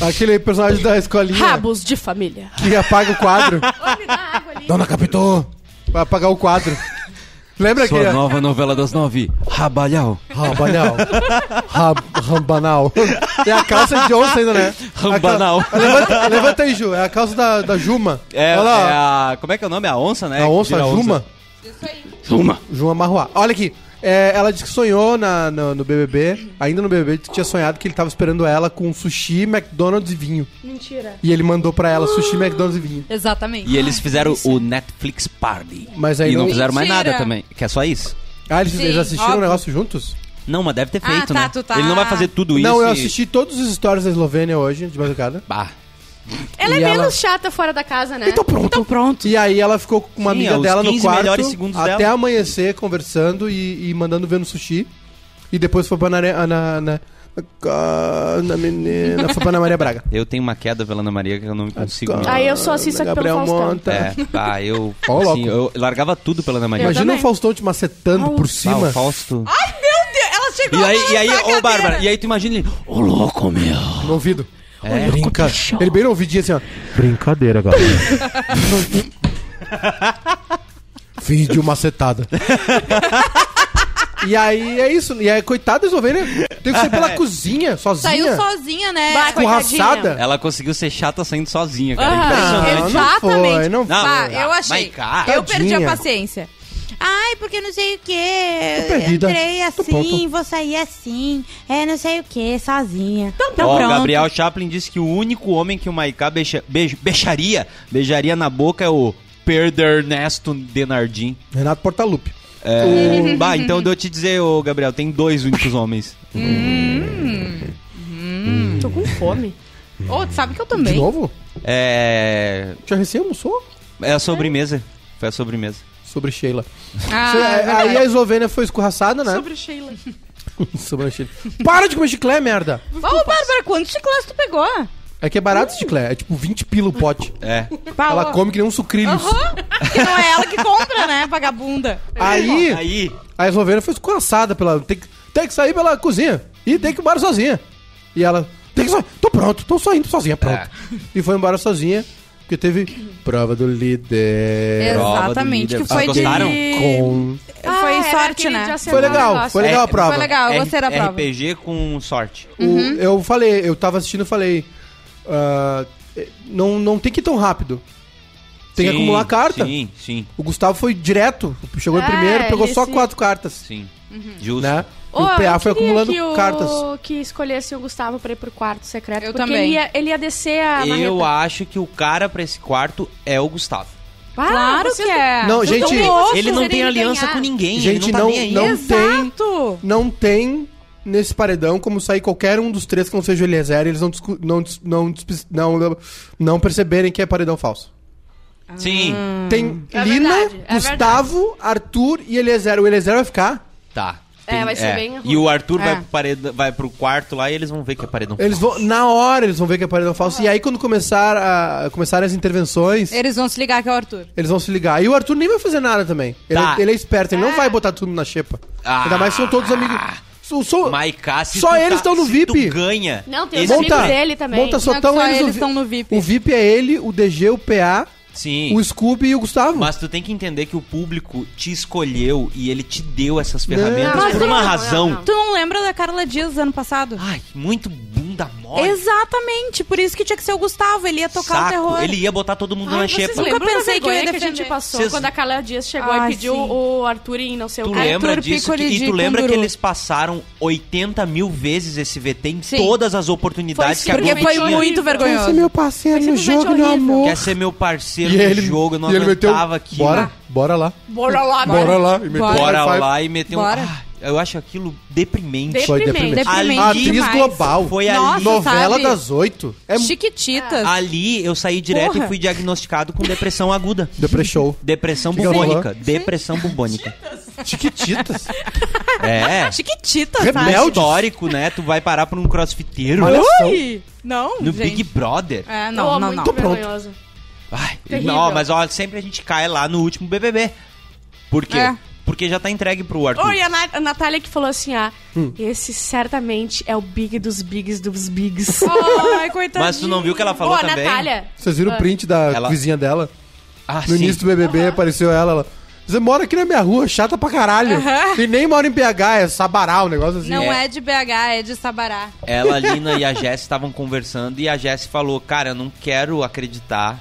F: Aquele personagem da escolinha
E: Rabos de família.
F: que apaga o quadro.
E: Ô, me dá água ali.
F: Dona Capitô! Vai apagar o quadro. Lembra que.
D: nova novela das nove, Rabalhau.
F: Rambanal. Rab- Rambanal. É a calça de onça ainda, né?
D: Rambanal.
F: Aquela- Levanta, levanta aí, Ju. É a calça da, da Juma.
D: É,
F: Olha lá.
D: é a. Como é que é o nome? A onça, né?
F: A onça,
D: Gira
F: a Juma.
D: Juma.
F: Juma Marruá. Olha aqui. É, ela disse que sonhou na, no, no BBB, ainda no BBB, disse que tinha sonhado que ele tava esperando ela com sushi, McDonald's e vinho.
E: Mentira.
F: E ele mandou pra ela sushi, McDonald's e vinho.
C: Exatamente.
D: E é- eles fizeram o Netflix Party.
F: Mas aí
D: e não,
F: não-
D: fizeram mais
C: Mentira.
D: nada também. Que é só isso?
F: Ah, eles,
C: Sim,
F: eles assistiram o
C: óbvio.
F: negócio juntos?
D: Não, mas deve ter
C: Ah,
D: feito,
C: tá,
D: né?
C: tu tá-
D: Ele não vai fazer tudo isso.
F: Não, eu
D: e-
F: assisti todos os stories da Eslovênia hoje, de madrugada.
D: Bah.
E: Ela
F: E
E: é
F: ela-
E: menos chata fora da casa, né?
F: Então pronto.
C: pronto.
F: E aí ela ficou com uma
D: Sim, é,
F: amiga
D: os
F: dela no
D: 15
F: quarto
D: melhores segundos
F: até
D: dela.
F: amanhecer conversando e, e mandando ver no sushi. E depois foi pra na, na, na, na, na menina, foi pra Ana Maria Braga.
D: Eu tenho uma queda pela Ana Maria que eu não consigo.
F: Ah,
D: me-
C: tá.
E: Aí eu assim, só assisto aqui pelo
F: Gabriel
E: tá Faustão.
F: Monta.
D: É, bah, eu.
F: Ó, louco.
D: assim, eu largava tudo pela Ana Maria.
E: Eu
F: Imagina
E: também.
F: o Faustão te macetando por
D: Bah,
F: cima.
D: Ah, o Fausto.
C: Ai, meu Deus! Ela chegou
D: E aí,
C: a
D: e aí,
C: balançar
D: ô
C: a tá cadeira.
D: Bárbara, e aí tu imagina ele, ô louco, meu.
F: No ouvido. É, brinca. Ele bem no ouvidinho assim, ó.
B: Brincadeira, galera.
F: Vídeo macetada. e aí é isso. E aí, coitada da Eslovênia, né? tem que sair
D: É.
F: pela cozinha, sozinha.
C: Saiu sozinha, né?
E: Bah,
C: Coitada.
F: Curraçada.
D: Ela conseguiu ser chata saindo sozinha, cara.
E: Ah.
D: Impressionante.
F: não foi,
C: Exatamente.
F: não
C: Bah,
F: foi.
C: eu
D: Ah,
C: achei.
D: Maiká.
C: Eu perdi a
F: Tadinha.
C: paciência. Ai, porque não sei o quê.
F: Tô perdida.
C: Entrei
F: Tô
C: assim,
F: pronto.
C: vou sair assim. É, não sei o quê, sozinha.
F: Tá
C: Então,
D: Ó,
C: pronto.
D: Gabriel Chaplin disse que o único homem que o Maiká beija, beijo- beijaria, beijaria na boca é o Pedro Ernesto Denardim.
F: Renato Portaluppi.
D: É, bah, então eu vou te dizer, ô Gabriel, tem dois únicos homens.
E: Tô com fome.
C: Ô, tu sabe que eu
F: De
C: também.
F: novo?
D: É.
F: Já recém almoçou?
D: É a sobremesa. Foi a sobremesa.
F: Sobre Sheila.
C: Ah,
F: Isso é-
C: verdade.
F: aí a Eslovênia foi escorraçada, né?
E: Sobre Sheila.
F: Sobre a Sheila. Para de comer chiclé, merda!
C: Ô, Bárbara, quantos chicletes tu pegou?
F: É que é barato esse chiclé. É tipo 20 pila o pote.
D: É.
C: Ah,
F: Ela come que nem um sucrilhos.
C: Que não é ela que compra, né, vagabunda?
F: Ah, Aí
D: Aí.
F: a Eslovênia foi escorraçada pela... Tem que, tem que sair pela cozinha. E tem que ir embora sozinha. E ela... Tem que sair. Tô pronto. Tô saindo sozinha. Pronto.
D: É.
F: E foi embora sozinha. Porque teve prova do é. líder.
D: Prova do
C: Exatamente,
D: líder.
C: que
D: Vocês
C: foi de... Ah,
D: gostaram?
F: Com...
C: Foi
E: Ah, era
C: sorte,
E: aquele
C: né?
E: de assinar
F: Foi
E: o
F: legal,
E: negócio.
F: foi legal Ah, a prova.
C: Foi legal, eu gostei da
D: R-
C: prova.
D: RPG com sorte.
F: O-
E: Uhum.
F: eu falei, eu tava assistindo e falei. ah, não, não tem que ir tão rápido. Tem que
D: Sim,
F: acumular carta.
D: Sim, sim,
F: O Gustavo foi direto, chegou
E: É,
F: em primeiro, pegou
E: ele
F: só
E: se-
F: quatro cartas.
D: sim. Justo.
F: Né?
E: Ô,
F: e o PA
E: eu
F: foi
E: queria
F: acumulando
E: que o-
F: cartas.
E: que escolhesse o Gustavo pra ir pro quarto secreto.
C: Eu
E: porque
C: também.
E: Ele ia, ele ia descer a
F: Tá
D: Eu
E: marreta.
D: acho que o cara pra esse quarto é o Gustavo.
E: Ah,
C: Claro
E: vocês
C: que é.
F: Não,
E: vocês
F: gente,
E: tão loucos,
D: ele não
E: querem
D: tem aliança
E: ganhar.
D: com ninguém,
F: Gente,
D: ele não tá
F: não-
D: nem aí.
F: não-
C: Exato!
F: Não tem nesse paredão como sair qualquer um dos três que não seja o Eliezer e eles não, discu- não, dis- não, dis- não, não perceberem que é paredão falso.
D: Sim,
F: Ah. Tem
E: É
F: Lina,
E: verdade, é
F: Gustavo, Arthur e Eliezer. O Eliezer vai ficar.
D: tá.
E: É,
D: Tem-
E: vai ser bem ruim.
D: E o Arthur
C: É.
D: vai, pro pareda- vai pro quarto lá e eles vão ver que é paredão.
F: Eles vão, na hora eles vão ver que é paredão falso. E aí, quando começar a, começarem as intervenções,
C: Eles vão se ligar que é o Arthur.
F: eles vão se ligar. E o Arthur nem vai fazer nada também. Ele,
D: Tá.
F: ele é esperto, ele não vai botar tudo na xepa.
D: Ah.
F: Ainda mais se são todos amigos. O som-
D: Maiká, se
F: Só
D: tu
F: eles
D: tá-
F: estão no
D: se
F: VIP.
D: tu ganha.
E: Não, tem os
D: esse-
F: Monta-
E: amigos dele também.
F: Monta
C: Não é
F: só
C: que
F: tão
C: só
F: eles,
C: eles
F: o,
C: tão
F: vi-
C: no VIP.
F: O VIP é ele, o DG, o PA,
D: Sim.
F: o Scooby e o Gustavo.
D: Mas tu tem que entender que o público te escolheu e ele te deu essas ferramentas
E: Mas
D: por
E: não,
D: uma
E: não,
D: razão.
E: não, não.
C: Tu não lembra da Carla Dias ano passado?
D: Ai, muito bunda mole.
C: Exatamente, por isso que tinha que ser o Gustavo, ele ia tocar
D: Saco.
C: o terror.
D: Ele ia botar todo mundo na
E: Ai,
D: xepa.
E: vocês lembram
C: Nunca pensei
E: da
C: que eu ia
E: vergonha que a gente
C: defender.
E: passou
D: é Vocês-
E: quando a Carla Dias chegou
C: Ah,
E: e pediu
C: sim.
E: o Arthur em não sei
D: Tu
E: o quê.
D: lembra
C: Arthur
D: disso? Que,
C: Piccoli
D: e
C: de
D: tu lembra que
C: Cunduru.
D: eles passaram 80 mil vezes esse VT em
C: Sim.
D: todas as oportunidades que
E: Foi
D: a
C: Porque
D: Globo
C: foi
D: tinha.
C: muito
F: Quer
C: vergonhoso.
F: ser é meu parceiro
E: Foi
F: no
E: simplesmente
F: jogo, meu
E: horrível.
F: amor.
D: Quer ser meu parceiro
F: E ele-
D: no jogo, eu não
F: e ele meteu,
D: aguentava aqui.
C: Ah,
F: Bora, bora lá.
E: Bora lá,
F: Bora lá.
C: Bora.
F: E meteu
D: Bora
F: high five.
D: lá e meteu um...
C: Bora.
D: Ah, eu acho aquilo deprimente.
E: Deprimente.
F: Foi deprimente.
C: Deprimente.
D: Ali-
F: Atriz
C: demais.
F: global.
D: Foi
C: Nossa,
D: ali.
F: Novela
C: sabe?
F: das oito. É
C: Chiquititas.
D: Ali eu saí direto
C: Porra.
D: e fui diagnosticado com depressão aguda.
F: Depreshow.
D: Depressão
F: Fica
D: bubônica. Depressão bubônica.
C: Tá
F: Chiquititas.
D: É.
C: Chiquititas,
D: É
F: Rebelde.
C: sabe?
D: histórico, né? Tu vai parar por um crossfiteiro
F: Malhação.
C: Ui! Não,
D: no
C: gente.
D: Big Brother.
C: É, não, não, não.
E: muito
F: pronto.
E: vergonhoso.
D: Ai,
E: Terrível.
D: não, mas olha, sempre a gente cai lá no último BBB. Por quê?
C: É.
D: Porque já tá entregue pro Arthur.
E: Oi, a, Na a Natália que falou assim, ah,
D: Hum.
E: esse certamente é o big dos bigs dos bigs.
C: Ai, coitadinho.
D: Mas tu não viu que ela falou
E: Ô, a
D: também?
E: Natália,
F: Vocês viram o print da
D: Ela-
F: vizinha dela?
D: Ah,
F: No
D: sim.
F: início do BBB apareceu ela, ela... Você mora aqui na minha rua, chata pra caralho. E nem mora em PH, é Sabará, um negócio assim.
C: Não
D: É.
C: é. de BH, é de Sabará.
D: Ela, a Lina e a Jess estavam conversando e a Jess falou: Cara, eu não quero acreditar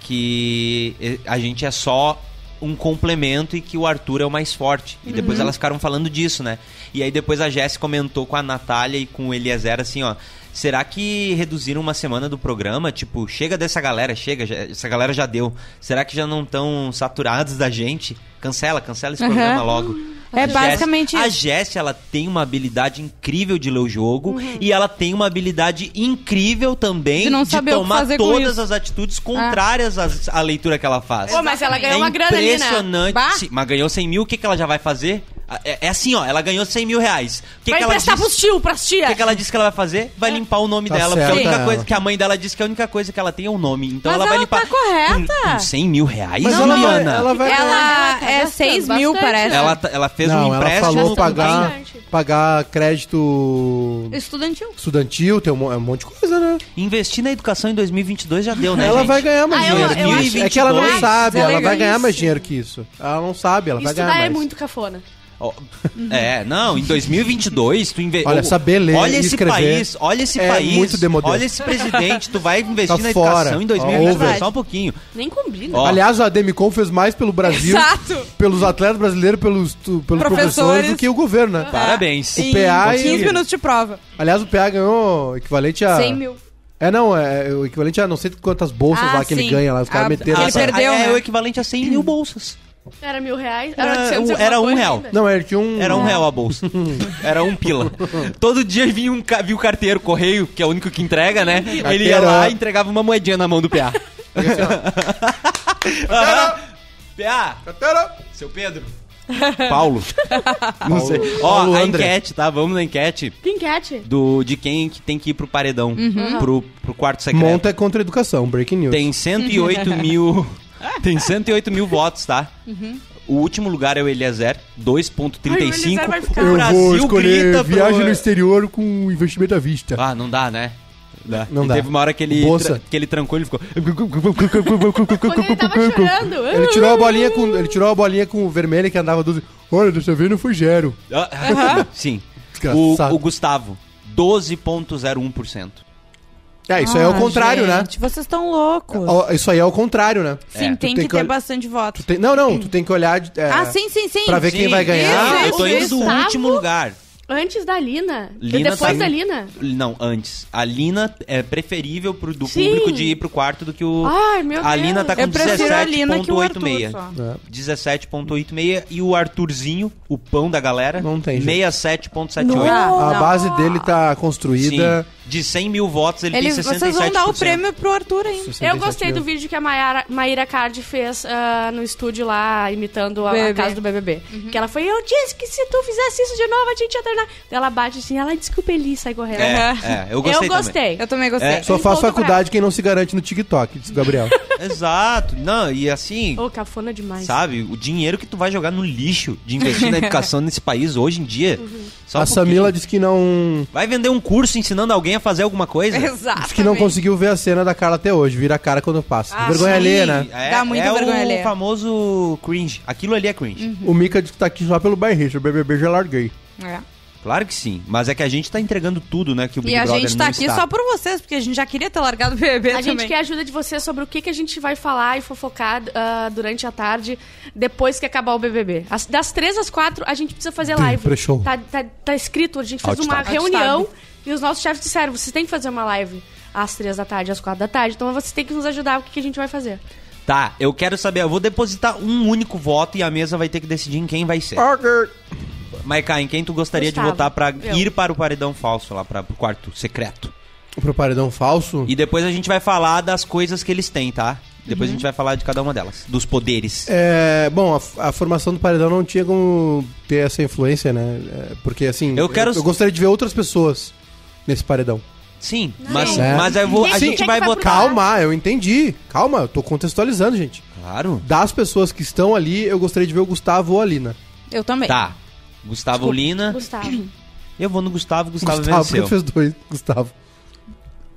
D: que a gente é só um complemento e que o Arthur é o mais forte. E depois elas ficaram falando disso, né? E aí depois a Jess comentou com a Natália e com o Eliezer assim: Ó, será que reduziram uma semana do programa? Tipo, chega dessa galera, chega, já- essa galera já deu. Será que já não estão saturados da gente? Cancela, cancela esse programa logo.
C: É
D: A Jess-
C: basicamente
D: a
C: isso.
D: Jess, ela tem uma habilidade incrível de ler o jogo e ela tem uma habilidade incrível também
C: Uhum. De não saber o que
D: tomar
C: fazer com
D: todas
C: isso.
D: as atitudes contrárias às- à, leitura que ela faz.
E: Pô, mas ela ganhou
D: é
E: uma grana ali, né?
D: impressionante.
C: Bah.
D: Sim, mas ganhou 100 mil, o que, que ela já vai fazer? É, é assim, ó, ela ganhou 100 mil reais. O que,
E: vai
D: que ela
E: emprestar pros É.
D: disse?
E: tio, pras
D: O
E: tia.
D: que, que ela disse que ela vai fazer? Vai limpar o nome
F: Tá
D: dela, porque a
F: certa
D: única
F: ela.
D: coisa que a mãe dela disse que a única coisa que ela tem é o nome. Então
C: Mas
D: ela vai
C: ela tá
D: limpar.
C: correta.
D: Com, com 100 mil reais,
F: Mas ela vai,
D: Juliana.
F: ela vai...
C: Ela
E: tá
C: é
E: gastando
C: 6 mil,
E: bastante,
C: parece.
D: Ela tá- ela fez
F: não,
D: um
F: ela
D: empréstimo.
F: falou
E: tá bastante.
F: pagar, pagar crédito
C: Estudantil.
F: estudantil, tem um, mo- é um monte de coisa, né?
D: Investir na educação em 2022 já deu, né?
F: ela
D: gente?
F: vai ganhar mais
E: Ah, eu-
F: dinheiro
E: eu
F: que
E: acho
F: isso.
E: que
F: É que ela não
D: 22.
F: sabe,
C: Ela
F: ela vai
C: ganha
F: ganhar mais
E: isso.
F: dinheiro que isso. Ela não sabe, ela vai ganhar
E: Estudar
F: mais.
E: é muito cafona.
D: Ó, É, não, em 2022 tu investe.
F: Olha, saber ler
D: Olha
F: e
D: esse
F: escrever
D: país, olha esse
F: é
D: país.
F: muito demodê.
D: Olha esse presidente, tu vai investir
F: Tá
D: na
F: fora.
D: educação em
F: Ó, over.
D: 2022, só um pouquinho.
C: Tá.
E: Nem combina.
D: Ó,
F: Aliás, a Demicon fez mais pelo Brasil,
C: Exato.
F: pelos atletas brasileiros, pelos, tu- pelos professores.
C: Professores.
F: do que o governo, né?
D: parabéns.
F: O PA e-
C: 15 minutos de prova.
F: Aliás, o PA ganhou o equivalente a.
C: 100 mil.
F: É, não, é o equivalente a não sei quantas bolsas
C: Ah,
F: lá que ele
C: sim.
F: ganha lá. Os caras
C: Ah,
F: meteram.
C: ele
F: essa-
C: perdeu.
D: é,
C: né?
D: o equivalente a 100 mil bolsas.
E: Era mil reais.
D: Era-
E: 800 e alguma
D: era um
E: coisa
D: real.
E: ainda.
F: Não, ele tinha um.
D: Era um real a bolsa. Era um pila. Todo dia vinha um ca- viu o carteiro, correio, que é o único que entrega, né? Ele ia
F: Carteira.
D: lá e entregava uma moedinha na mão do PA.
F: assim,
D: Aham. PA, Seu Pedro. Paulo. Não sei. Ó,
F: Paulo
D: a
F: André.
D: enquete, tá? Vamos na enquete
E: Que enquete?
D: do, de quem que tem que ir pro paredão, pro, pro quarto secreto.
F: Monta é contra a educação, breaking
D: Tem
F: news.
D: Ah. 108 mil... Tem 108 mil votos, tá? O último lugar é o Eliezer, 2.35.
E: Ai, o Eliezer vai ficar.
D: O
F: Eu vou
D: Brasil grita
F: escolher
D: pro-
F: viagem no exterior com investimento à vista.
D: Ah, não dá, né? Dá.
F: Não
D: E
F: dá.
D: Teve uma hora que ele,
F: Bolsa.
D: tra- que ele trancou, ele ficou...
E: Quando ele tava chorando. Uh,
F: Ele tirou a bolinha com. Ele tirou a bolinha com o vermelho que andava do. Olha, dessa vez não foi zero.
D: Ah, Sim. O,
F: Desgraçado.
D: o Gustavo, 12.01%.
F: É, isso aí é o
C: Ah,
F: contrário, né?
C: gente, Vocês estão loucos.
F: Ó, Isso aí é o contrário, né?
C: Sim,
D: É,
C: tem
F: tu tem
C: que,
F: que
C: ter
F: ol-
C: bastante voto.
F: Tem- não, não, tu tem que olhar. de- é,
C: Ah, sim, sim, sim.
F: Pra ver
D: Sim.
F: quem vai ganhar.
D: Eu tô indo
E: Isso,
D: do
E: isso.
D: último lugar.
E: Antes da Lina.
D: Lina
E: depois
D: tá-
E: da Lina.
D: Não, antes. A Lina é preferível pro, do
E: Sim.
D: público de ir pro quarto do que o.
E: Ai, meu
D: a
E: Deus.
D: Lina tá com
C: Eu prefiro a Lina que o Arthur,
D: 17.86.
C: só.
D: 17.86 e o Arthurzinho, o pão da galera.
F: Não tem jeito.
D: 67.78.
F: então, A base dele tá construída.
D: Sim. de 100 mil votos, ele,
C: Ele,
D: tem 67%.
C: vocês vão dar o prêmio pro Arthur ainda.
E: Eu gostei do vídeo que a Mayara, Mayra Card fez ah, no estúdio lá, imitando a, a
C: BBB.
E: casa do BBB. Que ela foi, eu disse que se tu fizesse isso de novo, a gente ia terminar. Daí Ela bate assim, ela desculpa Eli, e sai correndo.
D: É, é, eu gostei também.
C: Eu também gostei.
D: É.
F: Só
E: Ele
F: faz
E: voltou
F: faculdade quem não se garante no TikTok, disse o Gabriel.
D: Exato. Não, e assim,
E: Ô, cafona demais.
D: sabe, o dinheiro que tu vai jogar no lixo de investir na educação nesse país hoje em dia. Só um
F: a
D: pouquinho.
F: Samila disse que não.
D: Vai vender um curso ensinando alguém a fazer alguma coisa?
C: Exato.
F: Diz que não conseguiu ver a cena da Carla até hoje, vira a cara quando passa.
C: Ah,
F: Vergonha
D: Sim,
F: alheia, né?
D: É,
C: Dá muita
D: é
C: vergonha
D: o
C: alheia. Hum.
D: famoso cringe. Aquilo ali é cringe.
F: O Mika disse que tá aqui só pelo bairrista, o BBB já larguei.
D: Claro que sim. Mas é que a gente tá entregando tudo, né? Que o Big
C: É. E a
D: Brother
C: gente
D: não
C: tá aqui
D: está.
C: só por vocês, porque a gente já queria ter largado o BBB
E: A gente
C: também.
E: quer a ajuda de você sobre o que, que a gente vai falar e fofocar ah, durante a tarde, depois que acabar o BBB. As- das três às quatro, a gente precisa fazer live.
F: pré-show.
E: Tá, tá- tá escrito, a gente fez
D: Out
E: uma
D: time.
E: reunião e os nossos chefes disseram, vocês têm que fazer uma live às três da tarde, às quatro da tarde, então vocês têm que nos ajudar, o que, que a gente vai fazer?
D: Tá, eu quero saber. Eu vou depositar um único voto e a mesa vai ter que decidir em quem vai ser. Maiká, em quem tu gostaria
E: Gustavo.
D: de votar pra
E: Eu.
D: ir para o paredão falso, lá para pro quarto secreto?
F: Pro paredão falso?
D: E depois a gente vai falar das coisas que eles têm, tá? Depois a
C: Uhum.
D: gente vai falar de cada uma delas, dos poderes.
F: É, bom, a, a formação do paredão não tinha como ter essa influência, né? É, porque assim,
D: Eu quero-
F: eu, gostaria de ver outras pessoas nesse paredão.
D: Sim, mas,
F: É.
D: mas eu vou, a
E: Sim.
D: gente
E: Quem
D: vai
E: que vai pro
D: votar.
F: Calma, eu entendi. Calma, eu tô contextualizando, gente.
D: Claro.
F: Das pessoas que estão ali, eu gostaria de ver o Gustavo ou a Lina.
C: Eu também.
D: Tá. Gustavo
C: Ah.
D: Lina.
E: Gustavo,
D: Eu vou no Gustavo, Gustavo,
F: Gustavo, por que tu
D: venceu.
F: fez dois? Gustavo.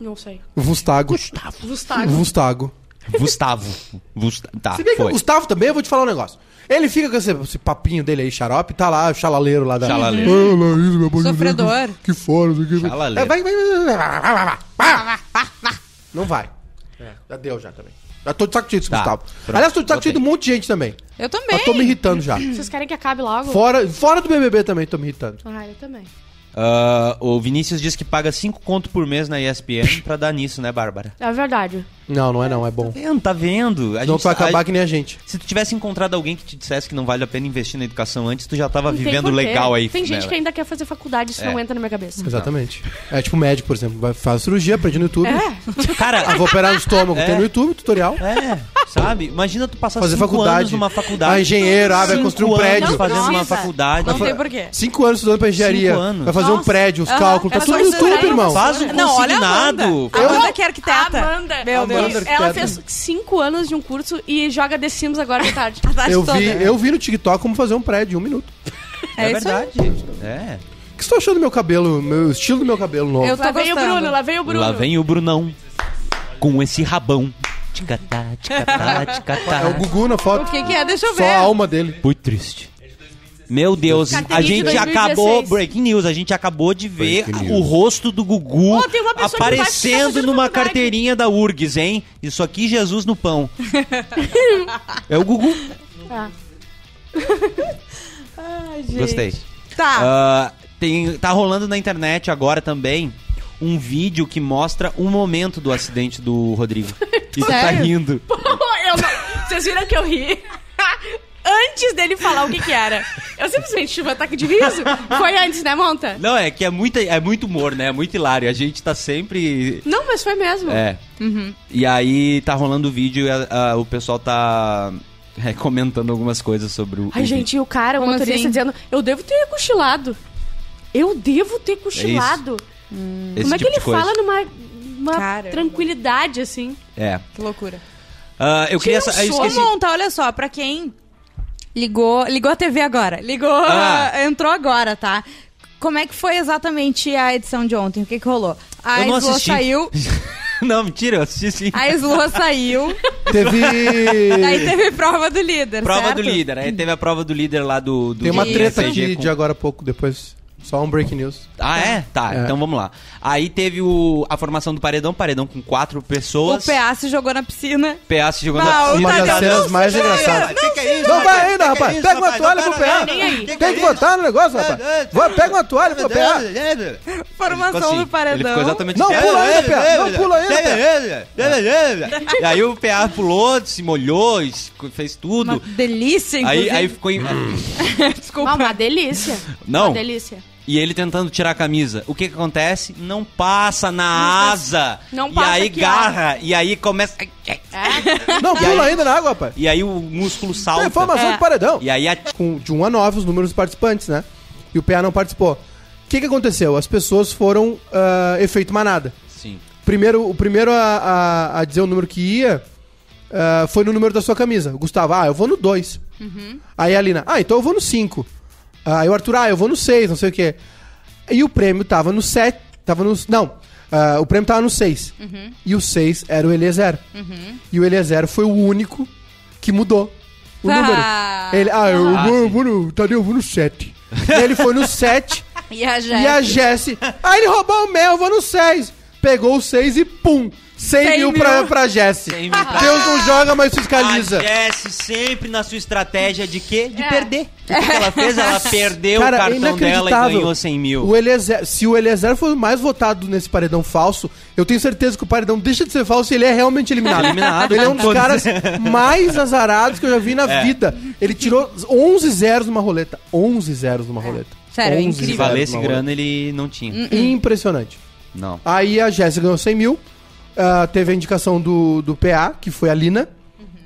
E: não sei.
F: Vustago.
E: Gustavo.
F: Vustago.
D: Gustavo. Vusta- Tá,
F: Se bem que o
D: foi.
F: Gustavo também, eu vou te falar um negócio. Ele fica com esse, esse papinho dele aí, xarope, tá lá, chalaleiro lá da.
D: Chalaleiro.
F: Ah, lá, isso, meu boi
C: Sofredor.
F: negro, Que fora, não sei o que.
D: Chalaleiro.
F: É, vai, vai, vai, vai, vai, vai, vai, vai, vai, vai. Não vai. É, Já deu já também. Já tô de saco cheio desse
D: Tá,
F: Gustavo.
D: pronto,
F: Aliás, tô de saco cheio de um
D: botei.
F: monte de gente também.
C: Eu também.
F: Eu tô me irritando já.
E: Vocês querem que acabe logo?
F: Fora, fora do BBB também tô me irritando.
E: Ah, eu também.
D: Ah, o Vinícius diz que paga 5 conto por mês na ESPN pra dar nisso, né, Bárbara?
E: É verdade.
F: Não, não é não, é bom.
D: Tá vendo, tá vendo? A
F: Não tu vai
D: tá-
F: acabar
D: a-
F: que nem a gente.
D: Se tu tivesse encontrado alguém que te dissesse que não vale a pena investir na educação antes, tu já tava
E: Não tem
D: Tá vivendo
E: porquê.
D: legal aí.
E: Tem gente
D: né?
E: que é ainda quer fazer faculdade, isso
D: É.
E: não entra na minha cabeça.
F: Exatamente. É tipo médico, por exemplo. Vai, faz cirurgia, aprende no YouTube. Ah,
D: Cara,
F: vou operar no estômago.
D: É.
F: Tem no YouTube tutorial.
D: é, sabe? Imagina tu passar
F: Fazer
D: cinco
F: faculdade.
D: anos numa faculdade.
F: Ah, engenheiro, ah, vai
D: Cinco
F: construir um
D: anos
F: prédio.
E: Não
D: fazendo uma
E: precisa.
D: faculdade.
C: Não tem porquê.
F: Cinco anos estudando pra engenharia.
D: Cinco anos.
F: Vai fazer um
C: Nossa.
F: prédio, os
C: Aham.
F: cálculos. Tá
C: Ela
F: tudo
C: só
F: no
C: estuda
F: YouTube,
C: aí,
F: irmão.
D: Faz um
C: Não, olha a
D: consignado.
C: Amanda. A
D: Eu-
C: Amanda que é arquiteta.
E: Amanda.
C: Meu
F: Amanda
C: Deus.
F: arquiteta.
E: Ela fez cinco anos de um curso e joga The Sims agora de tarde.
C: A tarde
F: Eu
C: Tá, toda.
F: vi, eu vi no TikTok como fazer um prédio em um minuto.
D: É,
C: É isso aí.
D: verdade. É.
F: O que você tá achando do meu cabelo, meu estilo do meu cabelo novo?
C: Eu-
E: lá
C: tô
E: vem o
C: gostando.
E: Bruno, lá vem o Bruno.
D: Lá vem o Brunão com esse rabão. Ticatá, ticatá, ticatá.
F: É o Gugu na foto.
C: O que que é? Deixa eu
F: Só
C: ver.
F: a alma dele.
D: Muito triste. Meu Deus, a
E: Caterinha de
D: gente
E: 2016.
D: acabou. Breaking news, a gente acabou de ver
F: Breaking
D: o
F: news.
D: rosto do Gugu
E: Ó, tem uma pessoa que vai ficar
D: aparecendo
E: fazendo
D: numa
E: faculdade.
D: carteirinha da URGS, hein? Isso aqui, Jesus no pão. é o Gugu.
E: Tá.
D: Gostei.
C: Tá.
D: Ah, tem, tá rolando na internet agora também um vídeo que mostra um momento do acidente do Rodrigo. E tu tá
C: Sério?
D: rindo.
E: Eu não- Vocês viram que eu ri? antes dele falar o que que era. Eu simplesmente tive um ataque de riso. Foi antes, né, Monta?
D: Não, é que é, muita, é muito humor, né? É muito hilário. A gente tá sempre
E: Não, mas foi mesmo.
D: É.
E: Uhum.
D: E aí tá rolando o vídeo e a- a- o pessoal tá é, comentando algumas coisas sobre o.
E: Ai,
D: o
E: gente, e o cara,
C: Como
E: o motorista,
C: assim?
E: dizendo: Eu devo ter cochilado. Eu devo ter cochilado.
D: vídeo, É esse
E: Como é que
D: tipo de
E: ele
D: coisa.
E: fala numa uma
C: Caramba.
E: tranquilidade, assim?
D: É.
C: Que loucura.
D: Ah, eu queria.
E: Tira um
D: sa- eu
E: sono.
D: esqueci.
C: Vamos montar, olha só, pra quem ligou, ligou a TV agora, ligou,
D: Ah.
C: ah, entrou agora, tá? Como é que foi exatamente a edição de ontem? O que que rolou? A
D: Eu não
C: Isloa
D: assisti.
C: saiu,
D: Não, mentira, eu assisti sim.
C: a Isloa saiu,
F: Teve.
C: daí teve prova do líder,
D: prova
C: certo?
D: do líder. Aí teve a prova do líder lá do. do
F: Tem uma
D: do
F: treta
D: CG
F: aqui
D: com-
F: de agora a pouco, depois. Só um break news.
D: Ah, é? Tá,
F: É.
D: então vamos lá. Aí teve o, a formação do paredão, paredão com quatro
C: O
D: pessoas.
C: PA se jogou na piscina.
D: PA se jogando
C: Não,
D: na
C: o
F: Uma
C: Tadeu,
F: das cenas
C: não
F: mais
C: se
F: engraçadas.
D: Que que é isso,
F: Não
D: rapaz?
F: vai
D: Que que
F: ainda,
D: é
F: rapaz.
D: isso,
F: Pega uma
D: rapaz?
F: toalha
D: Não,
F: pro
D: para,
F: PA.
D: não,
E: Nem aí.
F: Tem que botar no negócio, rapaz. Vai, Pega uma toalha
D: É
F: pro PA.
C: Formação
D: Assim,
C: do paredão.
D: Ele ficou exatamente
F: Não,
D: assim,
F: pula
D: "Ah,
F: ainda,
D: ah,
F: Pé,
D: ah,
F: não pula ainda,
D: ah, ah, ah, ah." E aí o PA pulou, se molhou, es- fez
C: Uma
D: tudo.
C: delícia,
D: Aí,
C: inclusive.
D: aí ficou. em-
C: Desculpa.
E: Uma, uma delícia.
D: Não.
E: Uma delícia.
D: E ele tentando tirar a camisa. O que que acontece? Não passa na asa.
E: Não
D: e
E: passa
D: aí
E: aqui, ó.
D: garra. E aí começa... ai, ai.
F: Não, pula ainda na água, rapaz.
D: E aí o músculo
F: É
D: salta.
F: a formação
E: É.
F: do paredão.
D: E aí a...
F: com, de 1 a 9 os números dos participantes, né? E o PA não participou. O que, que aconteceu? As pessoas foram ah, efeito manada.
D: Sim.
F: Primeiro, o primeiro a, a- a dizer o número que ia ah, foi no número da sua camisa. O Gustavo, ah, eu vou no 2.
D: Uhum.
F: Aí a Alina, ah, então eu vou no 5. Aí o Arthur, ah, eu vou no 6, não sei o quê. E o prêmio tava no 7. Tava no. Não. ah, o prêmio tava no 6.
D: Uhum.
F: E o 6 era o Eliezer. E o Eliezer foi o único que mudou o número.
C: Ah.
F: Ele, ah, eu,
D: Ah,
F: vou,
D: sim.
F: eu vou no. Tadeu, eu vou no 7. ele foi no 7
C: E a
F: e a
C: Jéssica.
F: Jesse. Ah, ele roubou o meu, eu vou no 6. Pegou o 6 e pum! 100
E: 100
F: mil,
E: mil.
F: pra, pra Jesse.
D: 100 mil pra-
F: Deus não joga, mas fiscaliza.
D: A Jess sempre na sua estratégia de quê? De
E: É.
D: perder. O que que ela fez? Ela perdeu o
F: Cara, é
D: cartão dela e
F: inacreditável.
D: ganhou 100 mil.
F: O Eliezer, se o Eliezer for o mais votado nesse paredão falso, eu tenho certeza que o paredão deixa de ser falso e ele é realmente eliminado.
D: Eliminado,
F: ele é um
D: com
F: dos
D: todos.
F: caras mais azarados que eu já vi na
D: É.
F: vida. Ele tirou 11 zeros numa roleta. 11 zeros numa roleta.
C: Sério, é
F: 11
D: Se
C: incrível.
F: zeros
D: valesse
F: numa
D: grana, ele não tinha.
F: roleta. Impressionante.
D: Não.
F: Aí a Jéssica ganhou 100 mil. ah, teve a indicação do, do PA, que foi a Lina,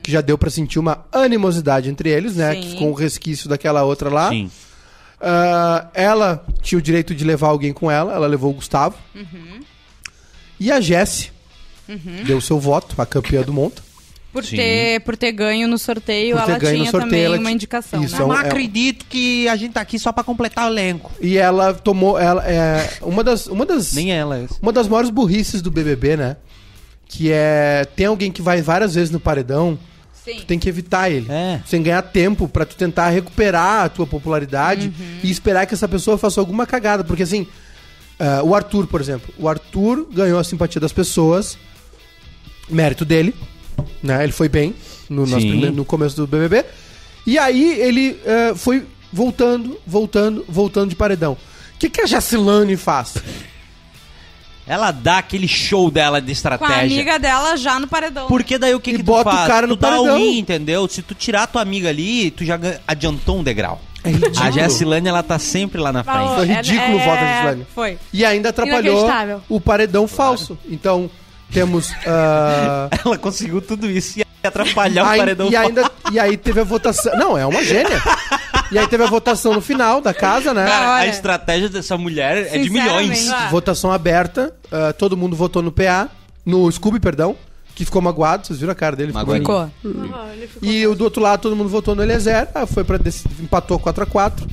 F: que já deu pra sentir uma animosidade entre eles, né?
C: Sim.
F: Que ficou um resquício daquela outra lá.
D: Sim.
F: Ah, ela tinha o direito de levar alguém com ela, ela levou o Gustavo. E a Jesse deu seu voto, a campeã do monta.
C: Por
D: Sim.
C: ter, por ter ganho no sorteio,
F: Por ter
C: ela
F: ganho no
C: tinha
F: sorteio,
C: também
F: ela
C: uma
F: ti-
C: indicação,
F: Isso,
C: né?
F: é um-
D: Não acredito que a gente tá aqui só pra completar o elenco.
F: E ela tomou. Ela, é, uma das. Uma das
D: Nem ela é essa.
F: Uma das maiores burrices do BBB, né? Que é. Tem alguém que vai várias vezes no paredão, tu
C: Sim.
F: tem que evitar ele.
D: É.
F: Sem ganhar tempo pra tu tentar recuperar a tua popularidade e esperar que essa pessoa faça alguma cagada. Porque assim, ah, o Arthur, por exemplo. O Arthur ganhou a simpatia das pessoas, mérito dele, né? Ele foi bem no, nosso
D: Sim.
F: primeiro- no começo do BBB. E aí ele ah, foi voltando, voltando, voltando de paredão. O que, que a Jacilane faz?
D: Ela dá aquele show dela de
C: Com a
D: estratégia.
C: amiga dela já no paredão.
D: Porque daí o que,
F: E
D: que
F: bota
D: tu
F: o
D: faz?
F: cara
D: tu
F: no
D: dá
F: paredão.
D: all-in, entendeu? Se tu tirar tua amiga ali, tu já gan- adiantou um degrau.
F: É ridículo.
D: A Jessilane, ela tá sempre lá na
C: Então,
D: frente.
C: é,
F: Foi ridículo o voto da Gislane.
E: Foi.
F: E ainda atrapalhou
E: Inacreditável.
F: o paredão falso. Então, temos. ah,
D: Ela conseguiu tudo isso e atrapalhar
F: ai-
D: o paredão.
F: e, ainda, e aí teve a votação. Não, é uma gênia. E aí teve a votação no final da casa, né?
D: Cara, a
C: Olha.
D: estratégia dessa mulher é de milhões.
C: Sinceramente.
F: Votação aberta. ah, todo mundo votou no PA. No Scooby, perdão. Que ficou magoado. Vocês viram a cara dele?
D: Magoadinho.
F: meio-
C: Ficou.
F: E o do outro lado, todo mundo votou no Eliezer. ah, Foi pra dec- empatou 4x4.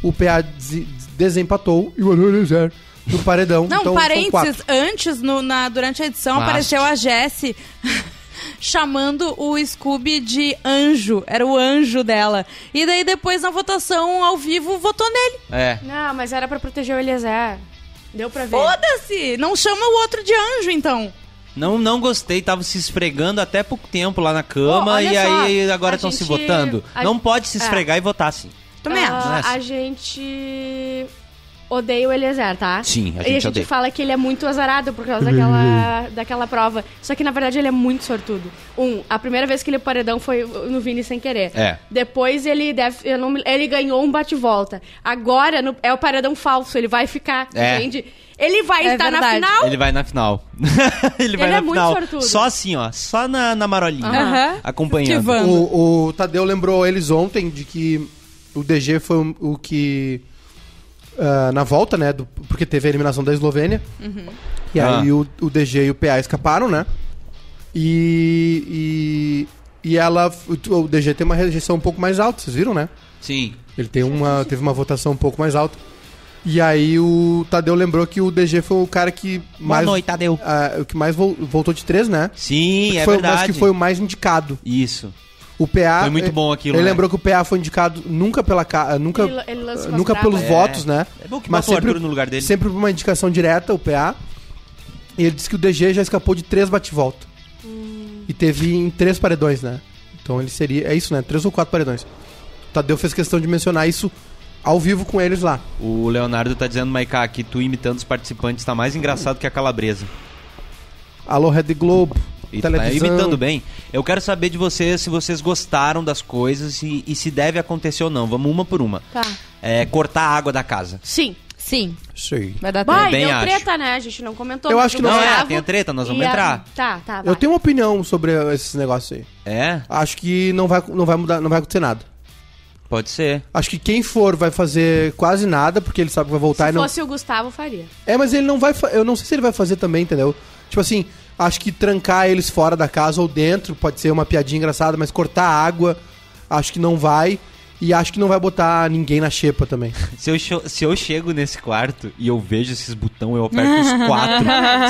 F: O PA des- desempatou e o Eliezer no paredão.
C: Não,
F: então, são quatro.
C: parênteses, antes, no- na, durante a edição,
D: Mas-
C: apareceu a Jessie chamando o Scooby de anjo. Era o anjo dela. E daí depois, na votação ao vivo, votou nele.
D: É.
E: Não, Ah, mas era pra proteger o Eliezer. Deu pra ver.
C: Foda-se! Não chama o outro de anjo, então.
D: Não, não gostei, tava se esfregando até pouco tempo lá na cama
E: Ô, olha
D: e
E: só,
D: aí agora
E: a
D: estão se
E: gente-
D: votando.
E: a-
D: Não pode se
E: é.
D: esfregar e votar assim.
C: Também
E: Ah,
C: acho.
D: nessa.
E: A gente odeia o Eliezer, tá?
D: Sim, a gente
E: E a gente
D: odeia.
E: fala que ele é muito azarado por causa daquela, daquela prova. Só que, na verdade, ele é muito sortudo. Um, a primeira vez que ele é paredão foi no Vini sem querer.
D: É.
E: Depois ele deve. eu não me- ele ganhou um bate-volta. Agora no- é o paredão falso, ele vai ficar,
D: É.
E: entende? Ele vai
C: É
E: estar na
C: verdade.
E: final.
D: Ele vai na final. Ele vai
E: Ele
D: na
E: é muito
D: final.
E: sortudo.
D: Só assim, ó. Só na, na marolinha.
C: Aham.
D: Acompanhando.
C: Que van-
F: O, o Tadeu lembrou eles ontem de que o DG foi um- o que. ah, na volta, né? do- porque teve a eliminação da Eslovênia. E
D: Ah.
F: aí o, o DG e o PA escaparam, né? E. E, e ela. O, o DG tem uma rejeição um pouco mais alta, vocês viram, né?
D: Sim.
F: Ele tem uma, teve uma votação um pouco mais alta. E aí o Tadeu lembrou que o DG foi o cara que mais.
D: Boa noite, Tadeu.
F: ah, o que mais vol- voltou de três, né?
D: Sim, é
F: foi, o-
D: verdade.
F: Mas que foi um o mais indicado.
D: Isso.
F: O PA.
D: Foi muito
F: eh,
D: bom aquilo,
F: Ele
D: né?
F: lembrou que o PA foi indicado nunca pela ca- eh, nunca
E: Ele- ele lança
F: eh,
E: umas
F: nunca
E: brabas.
F: pelos
D: É.
F: votos, né?
D: É bom que
F: Mas
D: bota o
F: sempre-
D: Arthur no lugar dele.
F: Sempre por uma indicação direta, o PA. E ele disse que o DG já escapou de três bate-volta. E teve em três paredões, né? Então ele seria. É isso, né? Três ou quatro paredões. O Tadeu fez questão de mencionar isso ao vivo com eles lá.
D: O Leonardo tá dizendo, Maiká, que tu imitando os participantes tá mais engraçado que a calabresa.
F: Alô, Red Globo.
D: E tá
F: televisão.
D: imitando bem. Eu quero saber de vocês se vocês gostaram das coisas e, e se deve acontecer ou não. Vamos uma por uma.
E: Tá.
D: É, cortar a água da casa.
E: Sim.
C: Sim,
F: Sei.
C: vai dar
E: Bah,
C: tempo.
E: e
D: Também
E: deu
D: É, acho.
E: treta, né? A gente não comentou.
F: Eu
E: mas
F: acho
E: o
F: que
D: Não, é,
E: Gustavo
D: tem a treta, nós vamos
E: e a-
D: entrar.
E: Tá, tá.
F: Eu
E: vai.
F: tenho uma opinião sobre esses negócios aí.
D: É,
F: Acho que não vai, não vai mudar, não vai acontecer nada.
D: pode ser.
F: Acho que quem for vai fazer quase nada, porque ele sabe que vai voltar
E: Se
F: e não.
E: fosse o Gustavo, faria.
F: É, mas ele não vai. fa- Eu não sei se ele vai fazer também, entendeu? Tipo assim, acho que trancar eles fora da casa ou dentro pode ser uma piadinha engraçada, mas cortar a água, acho que não vai. E acho que não vai botar ninguém na xepa também.
D: Se eu, cho- se eu chego nesse quarto e eu vejo esses botões, eu aperto os quatro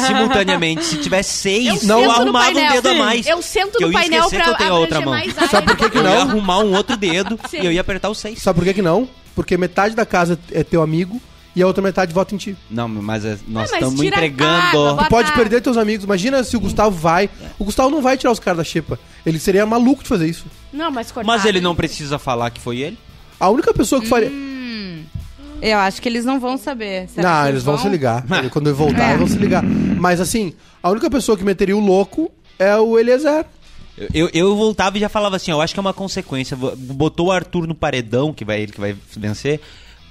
D: simultaneamente. Se tiver seis,
E: Eu
D: não eu
E: sento no
D: arrumava um
E: painel.
D: dedo a
E: Sim.
D: mais.
E: Eu sento
D: Porque
E: no
D: ia
E: painel
D: esquecer
E: pra
D: que eu tenho a outra mão.
E: abranger mais área.
F: Sabe por que, que
D: Eu ia
F: não?
D: arrumar um outro dedo
E: Sim.
D: e eu ia apertar os seis.
F: Sabe por que, que não? Porque metade da casa é teu amigo e a outra metade vota em ti.
D: Não, mas é- nós
E: Ah, mas
D: estamos
E: tira a
D: entregando.
E: água, bota-
F: Pode
E: tá.
F: perder teus amigos. Imagina se o Gustavo vai. O Gustavo não vai tirar os caras da xepa. Ele seria maluco de fazer isso.
E: Não, mas cortar.
D: mas ele não precisa falar que foi ele.
F: A única pessoa
C: Hum,
F: que faria.
C: Eu acho que eles não vão saber. Será que É.
F: não, eles vão se ligar. Quando eu voltar, eles vão se ligar. Mas assim, a única pessoa que meteria o louco é o Eliezer.
D: Eu- Eu, eu voltava e já falava assim, ó, eu acho que é uma consequência. Vo- Botou o Arthur no paredão, que vai ele que vai vencer.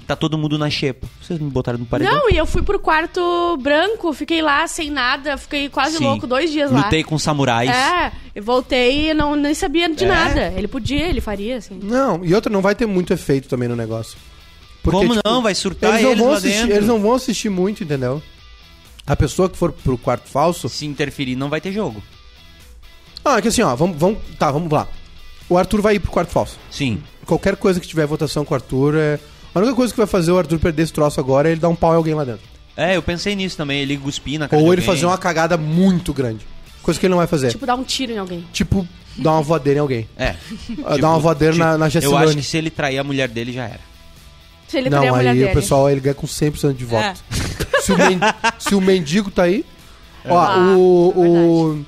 D: Tá todo mundo na xepa. Vocês me botaram no paredão?
E: Não, e eu fui pro quarto branco, fiquei lá sem nada, fiquei quase
D: Sim.
E: louco dois dias lá.
D: Lutei com samurais.
E: É, eu voltei e não nem sabia de
D: É?
E: nada. Ele podia, ele faria, assim.
F: Não, e outra, não vai ter muito efeito também no negócio.
D: Como
F: tipo,
D: não? Vai surtar
F: eles,
D: eles,
F: não vão
D: lá
F: assistir,
D: dentro.
F: eles não vão assistir muito, entendeu? A pessoa que for pro quarto falso.
D: Se interferir, não vai ter jogo.
F: Ah, é que assim, ó, vamos, vamos. Tá, vamos lá. O Arthur vai ir pro quarto falso.
D: Sim.
F: Qualquer coisa que tiver votação com o Arthur é. A única coisa que vai fazer o Arthur perder esse troço agora é ele dar um pau em alguém lá dentro.
D: É, eu pensei nisso também. Ele cuspir na cara
F: Ou
D: de
F: ele
D: alguém.
F: fazer uma cagada muito grande. Coisa que ele não vai fazer. Tipo,
E: Tipo, dar um tiro em alguém.
F: dar uma voadeira em alguém.
D: É.
F: dar uma voadeira
D: tipo,
F: na, na
D: Eu
F: Jessilane.
D: acho que se ele trair a mulher dele, já era.
E: Se ele teria a
F: Não,
E: mulher
F: aí
E: dele.
F: o pessoal ele ganha com 100% de voto.
C: É.
F: Se, o men- se o mendigo tá aí. Ó, o. o-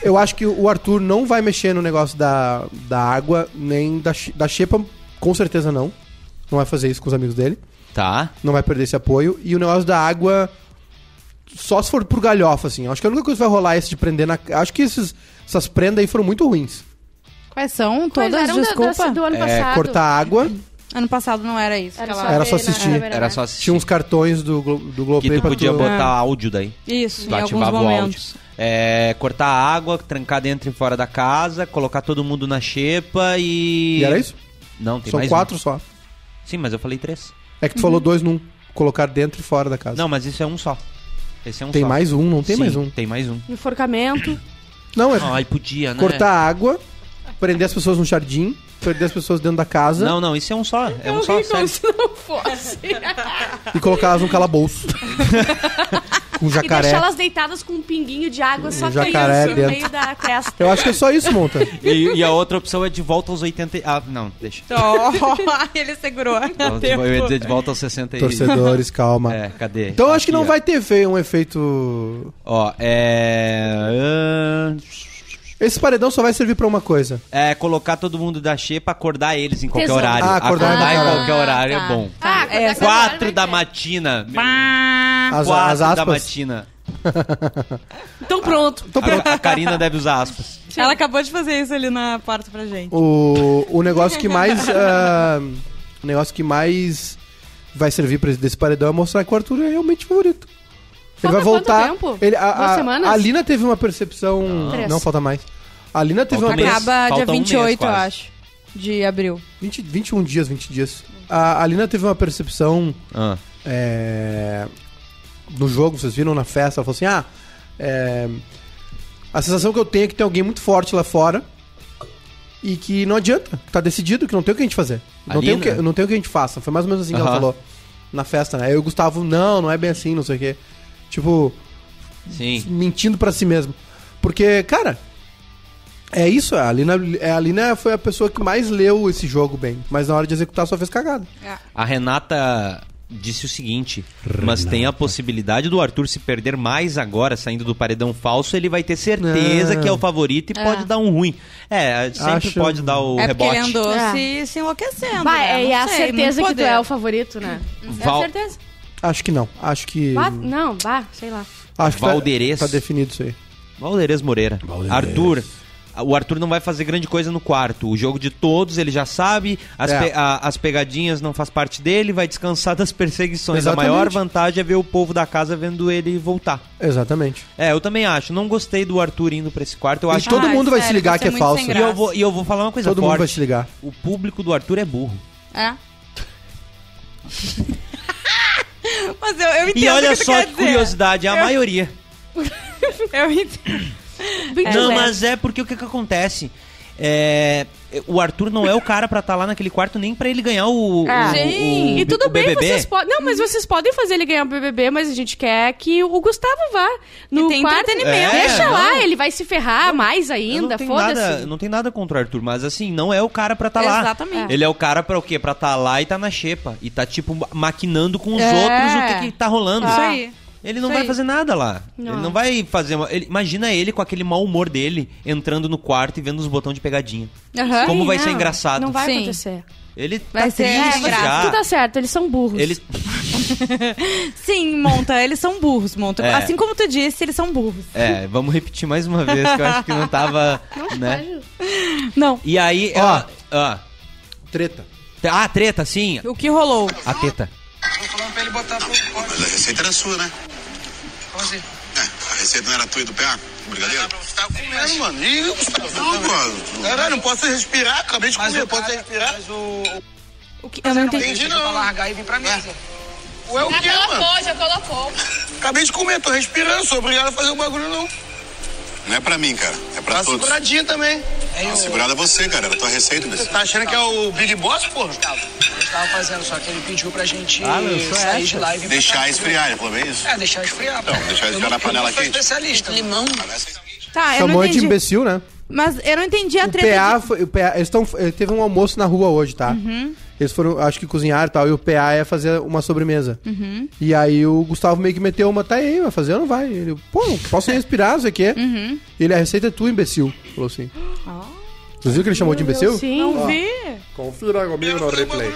F: eu acho que o Arthur não vai mexer no negócio da, da água, nem da, chi- da xepa, com certeza não. Não vai fazer isso com os amigos dele.
D: Tá.
F: Não vai perder esse apoio. E o negócio da água. Só se for por galhofa, assim. Acho que a única coisa que vai rolar é esse de prender na. Acho que esses, essas prendas aí foram muito ruins.
C: Quais são?
E: Quais
C: Todas,
E: eram da-
C: desculpa.
E: da- do ano
F: É,
E: passado.
F: cortar a água.
C: Ano passado não era isso.
E: Era
C: aquela-
E: só,
F: Era só
E: ver na
F: assistir.
E: câmera,
D: Era
E: né?
D: só assistir.
F: Tinha uns cartões do, Glo do Globo
D: que tu podia botar áudio daí.
C: Isso,
D: Tu
C: É. em alguns
D: ativava o áudio.
C: momentos.
D: É, cortar a água, trancar dentro e fora da casa, colocar todo mundo na xepa e.
F: E era isso?
D: Não, tem
F: São
D: mais.
F: quatro só.
D: um. Sim, mas eu falei três.
F: É que tu falou dois num. Colocar dentro e fora da casa.
D: Não, mas isso é um só. Esse é um
F: tem
D: só.
F: mais um, não tem
D: Sim,
F: mais um.
D: Tem mais um.
E: Enforcamento.
F: Não, é
D: Ai, podia, né?
F: cortar a água, prender as pessoas no jardim, prender as pessoas dentro da casa
D: Não, não, isso é um só. É um
E: eu
D: só,
E: ri
D: sério.
E: como se não fosse.
F: e colocar elas num calabouço. Com
E: e
F: jacaré.
E: deixar elas deitadas com um pinguinho de água só
F: Um jacaré
E: caindo no
F: dentro.
E: meio da testa.
F: Eu acho que é só isso, Monta.
D: E, e a outra opção é de volta aos 80. e- Ah, não, deixa.
C: Oh, ele segurou.
D: tipo, Eu ia dizer de volta aos 60 e...
F: Torcedores, calma.
D: É, cadê?
F: Então eu acho que não
D: Aqui, ó.
F: vai ter efe- um efeito.
D: Ó, é. ahn,
F: Esse paredão só vai servir pra uma coisa.
D: É colocar todo mundo da xepa, acordar eles em qualquer
E: Tesão.
D: horário.
F: Ah, acordar
D: em
F: em qualquer
D: qualquer horário é bom.
E: Ah,
C: É,
E: cortar a
D: Quatro
E: câmera,
D: da
E: né?
D: matina.
F: As, as
D: Quatro da
F: aspas.
D: matina.
E: Então pronto.
D: A, a Karina deve usar aspas.
C: Ela acabou de fazer isso ali na porta pra gente.
F: O, o negócio que mais. ah, o negócio que mais vai servir pra esse- desse paredão é mostrar que o Arthur é realmente favorito. Ele
E: Falta
F: vai voltar.
E: quanto tempo?
F: Ele, a,
E: Duas
F: a-
E: semanas?
F: a Lina teve uma percepção. Não,
E: Três.
F: falta mais. A Lina teve
D: Falta
F: uma
D: menos.
F: percepção.
C: Acaba
D: Falta
C: dia
D: um mês
C: 28, eu
D: quase.
C: acho, de abril.
F: 20, 21 dias, 20 dias. A, a Lina teve uma percepção.
D: Ah,
F: é, no jogo, vocês viram na festa, ela falou assim: ah, é, a sensação que eu tenho é que tem alguém muito forte lá fora e que não adianta, tá decidido, que não tem o que a gente fazer.
D: A
F: Não tem, o que,
D: Nina?
F: não tem o que a gente faça. Foi mais ou menos assim que ela
D: né? Aham.
F: falou na festa, né? Eu e o Gustavo, não, não é bem assim, não sei o quê. Tipo,
D: sim.
F: mentindo pra si mesmo. Porque, cara, é isso, a Lina, é, a Lina foi a pessoa que mais leu esse jogo bem, mas na hora de executar só fez cagada.
D: A Renata disse o seguinte: mas tem a possibilidade do Arthur se perder mais agora, saindo do paredão falso, ele vai ter certeza
F: Não.
D: que é o favorito e pode dar um ruim. É, sempre
F: Acho-
D: pode dar o
C: é
D: rebote.
C: porque ele andou
E: É.
C: se, se enlouquecendo.
E: Vai,
C: né?
E: é, e
C: Não
E: a
C: sei,
E: certeza
C: muito
E: que tu
C: poder.
E: é o favorito, né?
D: Val- Hum.
E: É a certeza.
F: Acho que não. Acho que.
E: Bah, não, bah, sei lá.
F: Acho que tá-
D: Valderez.
F: Tá definido isso aí.
D: Valderez Moreira. Arthur, o Arthur não vai fazer grande coisa no quarto. O jogo de todos ele já sabe, as,
F: É.
D: pe- a- as pegadinhas não faz parte dele, vai descansar das perseguições.
F: Exatamente.
D: A maior vantagem é ver o povo da casa vendo ele voltar.
F: Exatamente.
D: É, eu também acho. Não gostei do Arthur indo pra esse quarto. Eu
F: E
D: acho
F: todo
C: Ai,
F: mundo vai se
C: sério,
F: ligar
C: isso
F: que é
C: muito
F: falso.
C: sem
D: E eu, vou, e eu vou falar uma coisa
F: Todo mundo
D: forte.
F: vai se ligar.
D: O público do Arthur é burro.
C: É. Mas eu, eu entendo
D: E
C: Então o
D: olha
C: que tu
D: só
C: quer
D: que
C: dizer.
D: curiosidade, é a
C: Eu-
D: maioria.
C: Eu entendo.
E: Bem
D: não,
E: direto.
D: mas é porque o que, que acontece? É, o Arthur não é o cara pra estar lá naquele quarto nem pra ele ganhar o,
E: É.
D: o-
C: Sim.
D: o-
E: E tudo
D: o
E: bem,
D: BBB.
E: vocês podem. Não, mas vocês podem fazer ele ganhar o BBB, mas a gente quer que o Gustavo vá no
C: E tem
E: quarto.
C: entretenimento.
D: É,
E: Deixa
D: não.
E: lá, ele vai se ferrar mais
D: Eu
E: ainda,
D: não tenho nada,
E: foda-se.
D: não tem nada contra o Arthur, mas assim, não é o cara pra estar lá.
C: Exatamente.
D: Ele é o cara pra o quê? Pra estar lá e tá na xepa. E tá, tipo, maquinando com os
E: É.
D: outros o que, que tá rolando.
C: Isso aí.
D: Ele não
C: Isso
D: vai
C: aí.
D: fazer nada lá.
E: Não.
D: Ele não vai fazer. uma- ele- imagina ele com aquele mau humor dele entrando no quarto e vendo os botões de pegadinha.
C: Aham.
D: Como vai
E: Não,
D: ser engraçado.
E: Não vai
C: Sim.
E: acontecer.
D: Ele tá
C: Vai ser
D: triste
C: engraçado.
E: Tudo assim.
D: já.
E: dá certo, eles são burros.
D: Ele,
C: Sim, Monta, eles são burros, Monta.
D: É.
C: Assim como tu disse, eles são burros.
D: é, vamos repetir mais uma vez, que eu acho que não tava. né?
C: Não.
D: E aí.
F: Ó.
D: ela- ah,
F: Treta.
D: ah, a treta, sim.
C: O que rolou?
D: A teta.
G: Tô falando pra ele botar pro pote.
H: Mas a receita era sua, né?
G: Como assim?
H: É, a receita não era tua e do PA? Brigadeiro?
G: Tá
H: Mas,
G: comendo,
H: mano, e Gustavo, mano? Caralho, não posso respirar, acabei de
G: Mas
H: comer,
G: o
H: posso
G: cara,
H: respirar?
G: mas o...
C: O que... Eu não entendi.
H: entendi,
G: Entendi
H: não. É.
G: não. Pra largar e vir pra mesa.
H: Ué, o quê, mano?
I: já colocou.
H: Acabei de comer, tô respirando, sou obrigado a fazer o bagulho, não. Não é pra mim, cara, é pra
G: Tá
H: todos.
G: seguradinho também.
H: Tá segurada você, cara, era tua receita, né?
G: Você
H: desse.
G: tá achando que é o Big Boss,
H: porra?
G: Gustavo? Eu estava fazendo, só que ele pediu pra gente
D: Ah, lançou
G: sair
D: essa?
G: de lá e vir pra cá.
H: Deixar esfriar, ele falou, é isso?
G: É, deixar esfriar. Não,
H: deixar esfriar na panela
G: Eu não sou
H: quente.
G: especialista. Limão.
H: Parece-
C: Tá, eu não
F: Chamou de
C: entendi.
F: imbecil, né?
C: Mas eu não entendi a
F: O
C: treta.
F: PA,
C: de- Uhum.
F: foi, o PA eles tão, eh, teve um almoço na rua hoje, tá? Eles foram, acho que cozinharam e tal, e o PA ia fazer uma sobremesa.
C: Uhum.
F: E aí o Gustavo meio que meteu uma, tá aí, vai fazer ou não vai? Ele, pô, posso respirar, não sei o quê.
C: Uhum.
F: Ele, a receita é tua, imbecil. Falou assim.
C: Ah.
F: Vocês viram que ele chamou de imbecil?
E: Sim.
F: Ó.
E: Não vi.
F: Confira comigo no replay.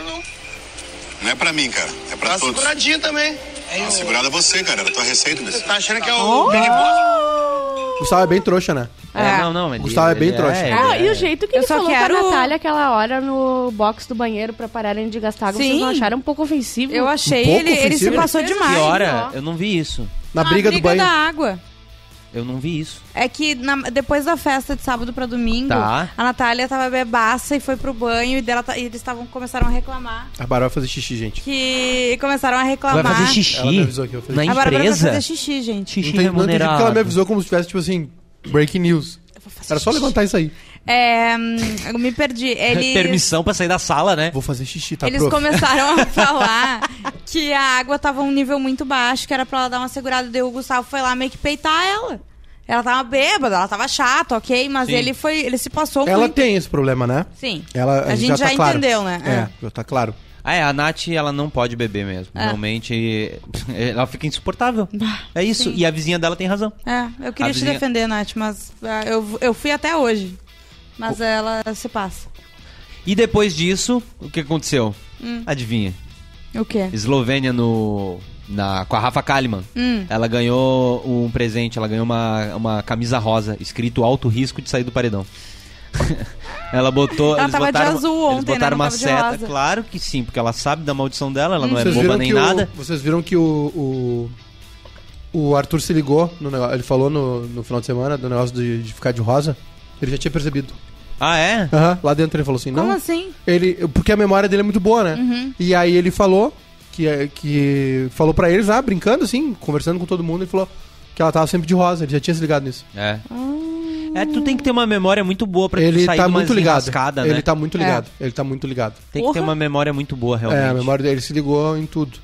H: Não é pra mim, cara, é pra
G: Tá
H: todos.
G: seguradinho também.
H: Tá segurada você, cara, era tua receita, né? desse.
G: Você tá achando que é o Big Boss?
F: Gustavo é bem trouxa, né?
D: É, não, não. Ele,
F: Gustavo é bem
D: ele
F: trouxa.
D: ele
E: Ah, e o jeito que
C: Eu
E: ele
C: só
E: falou
C: quero-
E: com a Natália aquela hora no box do banheiro pra pararem de gastar água, vocês
C: Sim.
E: não acharam um pouco ofensivo?
C: Eu achei
F: Um pouco
C: ele, ele se
F: ofensivo.
C: passou demais.
D: Que hora?
E: ó.
D: Eu não vi isso.
F: Na
C: A
F: briga, do banho.
C: da água.
D: Eu não vi isso.
C: É que na- depois da festa de sábado pra domingo,
D: Tá.
C: a Natália tava bebaça e foi pro banho e, dela ta- e eles estavam começaram a reclamar.
F: A Baró vai fazer xixi, gente.
C: Que começaram a reclamar.
D: Vai fazer
F: Ela me
D: xixi
F: avisou que eu falei.
D: na
C: A Bárbara vai
D: empresa?
C: fazer xixi, gente.
D: Xixi
F: Não tem- não entendi porque
D: remunerado.
F: ela me avisou como se tivesse, tipo assim, breaking news. Era só levantar isso aí.
C: É, hum, eu me perdi. Eles,
D: Permissão pra sair da sala, né?
F: Vou fazer xixi, tá,
C: eles
F: prof?
C: começaram a falar que a água tava um nível muito baixo, que era pra ela dar uma segurada. Daí o Gustavo foi lá meio que peitar ela. Ela tava bêbada, ela tava chata, ok? Mas
D: Sim.
C: ele foi. Ele se passou
F: Ela
C: muito.
F: tem esse problema, né?
C: Sim.
F: Ela,
C: a gente já,
F: tá claro.
C: entendeu, né? É.
F: É, já tá claro.
D: Ah, é, a Nath, ela não pode beber mesmo.
C: É. Ah,
D: Realmente, ela fica insuportável. É isso. E a vizinha dela tem razão.
C: É, eu queria
D: A
C: te
D: vizinha-
C: defender, Nath, mas ah, eu, eu fui até hoje. Mas ela se passa.
D: E depois disso, o que aconteceu?
C: Hum.
D: Adivinha?
C: O quê?
D: Eslovênia no. Na, com a Rafa Kalimann.
C: Hum.
D: Ela ganhou um presente, ela ganhou uma, uma camisa rosa, escrito alto risco de sair do paredão. ela botou.
C: Ela
D: eles
C: tava de
D: botaram, uma-
C: azul
D: eles
C: ontem, né?
D: botaram
C: Não
D: uma
C: tava de
D: seta.
C: rosa.
D: Claro que sim, porque ela sabe da maldição dela, ela não é
F: Hum. Vocês
D: boba
F: viram,
D: nem
F: que
D: nada.
F: O, vocês viram que o, o, o Arthur se ligou no negócio. Ele falou no, no final de semana do negócio de, de ficar de rosa. Ele já tinha percebido.
D: Ah, é?
F: Aham, lá dentro ele falou assim,
C: Como
F: não.
C: assim?
F: Ele, porque a memória dele é muito boa, né?
D: Uhum.
F: E aí ele falou que, é- que falou pra eles lá, brincando assim, conversando com todo mundo, ele falou que ela tava sempre de rosa, ele já tinha se ligado nisso.
D: É.
C: Hum.
D: É, tu tem que ter uma memória muito boa pra tu
F: ele
D: sair
F: tá
D: de umas
F: muito ligado.
D: enrascadas,
F: ele
D: né?
F: tá muito ligado. Ele tá muito ligado.
D: Tem que ter
C: Porra.
D: uma memória muito boa, realmente.
F: É, a memória dele ele se ligou em tudo.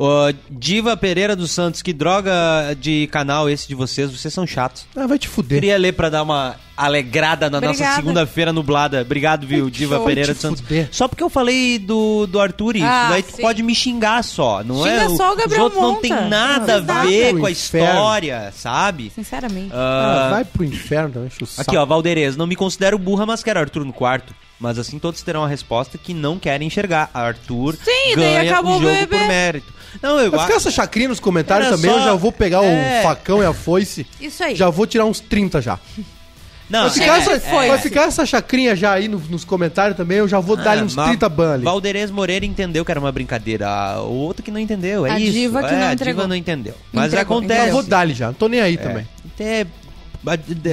D: Ô, Diva Pereira dos Santos, que droga de canal esse de vocês? Vocês são chatos.
F: Ah, vai te fuder.
D: Queria ler pra dar uma alegrada na nossa
C: Obrigada.
D: segunda-feira nublada. Obrigado, viu, Diva
F: show.
D: Pereira
F: Vai te
D: dos Santos.
F: fuder.
D: Só porque eu falei do, do Arthur, isso
C: Ah,
D: daí tu
C: sim.
D: pode me xingar só, não é?
C: Xinga só o Gabriel
D: Os outros não
C: Monta.
D: tem nada a
C: Não fez
D: ver
F: nada.
D: com a
F: O inferno.
D: história, sabe?
C: Sinceramente.
D: Ah,
F: Ah, vai pro inferno, também, enche o saco.
D: Aqui, ó, Valderez, não me considero burra, mas quero Arthur no quarto. Mas assim todos terão a resposta que não querem enxergar. Arthur
C: Sim, daí
D: ganha
C: acabou
D: o
C: o
D: jogo
C: BBB.
D: por mérito. Não, eu
F: Vai
D: acho.
F: ficar essa chacrinha nos comentários
D: Era
F: também,
D: só-
F: eu já vou pegar
D: É.
F: o facão e a foice.
C: Isso aí.
F: Já vou tirar uns 30 já.
D: Não,
F: vai, ficar
D: é,
F: essa,
D: é.
F: vai ficar essa chacrinha já aí no- nos comentários também, eu já vou dar ali uns
D: Ah, mas
F: 30 ban ali.
D: Valderez Moreira entendeu que era uma brincadeira. ah, O outro que não entendeu, é
C: A
D: isso.
C: diva que
D: é,
C: não
D: a
C: entregou.
D: diva não entendeu. Mas
C: Entregou, Então
D: acontece.
F: Eu vou dar ali já, não tô nem
D: É.
F: aí também.
D: Até...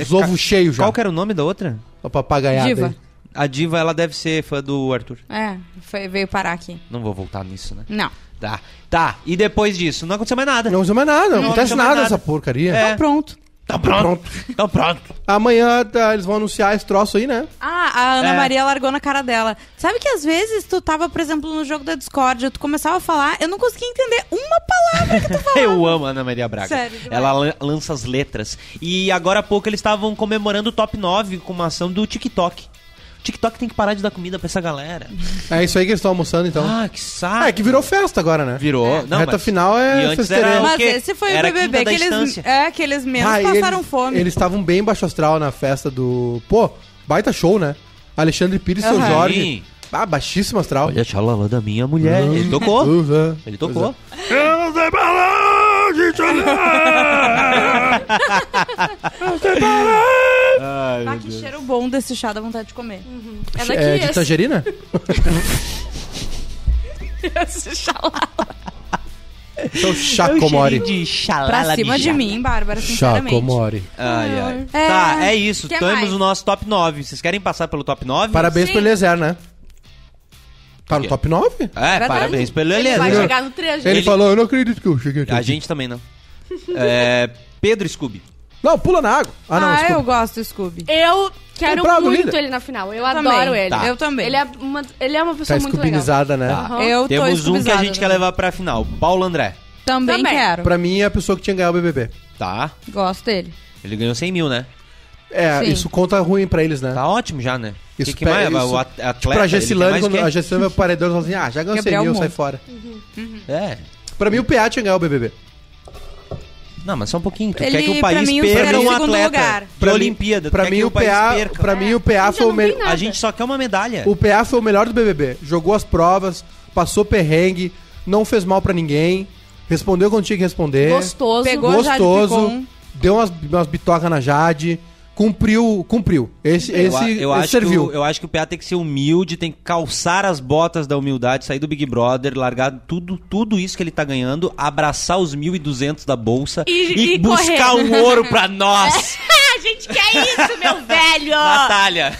F: Os ovos cheios já.
D: Qual que era o nome da outra?
F: A papagaiada.
C: Diva.
F: aí.
D: A diva, ela deve ser fã do Arthur.
C: É, foi- veio parar aqui.
D: Não vou voltar nisso, né?
C: Não.
D: Tá. Tá. E depois disso, não aconteceu mais nada.
F: Não usa mais nada, não, acontece
D: usa mais
F: nada,
D: nada.
F: essa porcaria.
D: É.
C: Então pronto.
D: Tá pronto. Tá pronto.
F: Amanhã tá, eles vão anunciar esse troço aí, né?
C: Ah, a Ana
D: É.
C: Maria largou na cara dela. Sabe que às vezes tu tava, por exemplo, no jogo da Discord, tu começava a falar, eu não conseguia entender uma palavra que tu falava.
D: Eu amo a Ana Maria Braga.
C: Sério, demais.
D: Ela lan- lança as letras. E agora há pouco eles estavam comemorando o top 9 com uma ação do TikTok. O TikTok tem que parar de dar comida pra essa galera.
F: É isso aí que eles estão almoçando, então.
D: Ah, que saco.
F: Ah, é que virou festa agora, né?
D: Virou.
F: A reta final é
D: E antes
F: festeira.
D: era o
C: Mas
D: quê?
C: esse foi
D: Era a
C: o BBB
D: quinta
C: que
D: da
C: eles,
D: instância.
C: é, que eles menos
F: Ah, e
C: passaram
F: eles-
C: fome.
F: Eles estavam bem baixo astral na festa do. Pô, baita show, né? Alexandre Pires e seu
D: Aham.
F: Jorge.
D: Sim.
F: Ah, baixíssimo astral.
D: Olha a xalala da minha mulher. Ele tocou.
F: Uhum.
D: Ele tocou.
C: Ah, que cheiro bom desse chá, dá vontade de comer.
D: Uhum.
E: É daqui
F: É, de
E: esse-
F: tangerina?
E: esse xalá.
F: Seu Chacomori.
C: pra cima de mim, Bárbara, sinceramente.
F: Chacomori.
D: Ai, ai.
C: É.
D: Tá, é isso.
C: Que
D: Temos
C: mais?
D: o nosso top 9. Vocês querem passar pelo top 9?
F: Parabéns
E: Sim.
F: pro Eliezer, né? Tá no
D: quê?
F: top 9?
D: É, parabéns pelo Helena.
E: Vai chegar no 3,
F: é Ele,
D: Ele-
F: falou, eu não acredito que eu cheguei aqui.
D: A gente também
F: né?
D: não. É, Pedro Scooby.
F: Não, pula na água. Ah, não,
C: ah, eu
F: desculpa.
C: gosto do Scooby.
E: Eu quero
F: Comprado,
E: muito
F: líder.
E: ele na final. Eu,
C: também.
E: adoro ele.
D: Tá.
C: Eu também.
E: Ele é uma, ele é uma pessoa
F: Tá
E: muito legal.
F: escubinizada, né?
D: Tá.
E: Aham.
C: Eu tô né?
D: Temos um que a
C: escubizada
D: gente quer levar pra final. Paulo André.
C: Também,
E: Também.
C: quero.
F: Pra mim é a pessoa que tinha que ganhar o BBB.
D: Tá.
C: Gosto dele.
D: Ele ganhou 100 mil, né?
F: É,
C: Sim.
F: isso conta ruim pra eles, né?
D: Tá ótimo já, né? O
F: Isso,
D: que, que mais?
F: pe- isso-
D: o at- atleta,
F: Tipo, a
D: ele
F: Gessilane,
D: quer mais
F: quando a
D: o quê?
F: Gessilane vai pro paredão, ela fala assim, ah, já ganhei 100
C: Gabriel
F: mil,
C: Monk.
F: sai fora.
D: É.
F: Pra mim, o PA tinha que ganhar o BBB.
D: Não, mas só um pouquinho. Tu
C: Ele,
D: quer que o
C: pra
D: país
C: mim, o
D: perca
C: Brasil
D: um
C: em segundo
D: atleta
C: lugar.
D: de
F: Pra mim-
D: Olimpíada. Tu
F: Pra
D: quer
F: mim,
D: que
F: o
D: país
F: PA,
D: perca.
F: pra mim, o PA
E: Mas
F: foi
E: já
F: o
E: não tem
F: melhor.
E: nada.
D: A gente só quer uma medalha.
F: O PA foi o melhor do BBB. Jogou as provas, passou perrengue, não fez mal pra ninguém, respondeu quando tinha que responder.
E: Gostoso.
C: Pegou- a Jade Picon.
F: Gostoso. Deu umas, umas bitocas na Jade. Cumpriu, cumpriu. Esse,
D: É, Eu
F: esse,
D: a- eu,
F: esse
D: acho
F: serviu.
D: Que o, eu acho que o PA tem que ser humilde, tem que calçar as botas da humildade, sair do Big Brother, largar tudo, tudo isso que ele tá ganhando, abraçar os 1.200 da bolsa
E: E-
D: e,
E: e
D: buscar
E: correr. É.
D: um ouro pra nós,
E: a gente quer isso, meu velho!
D: Natália.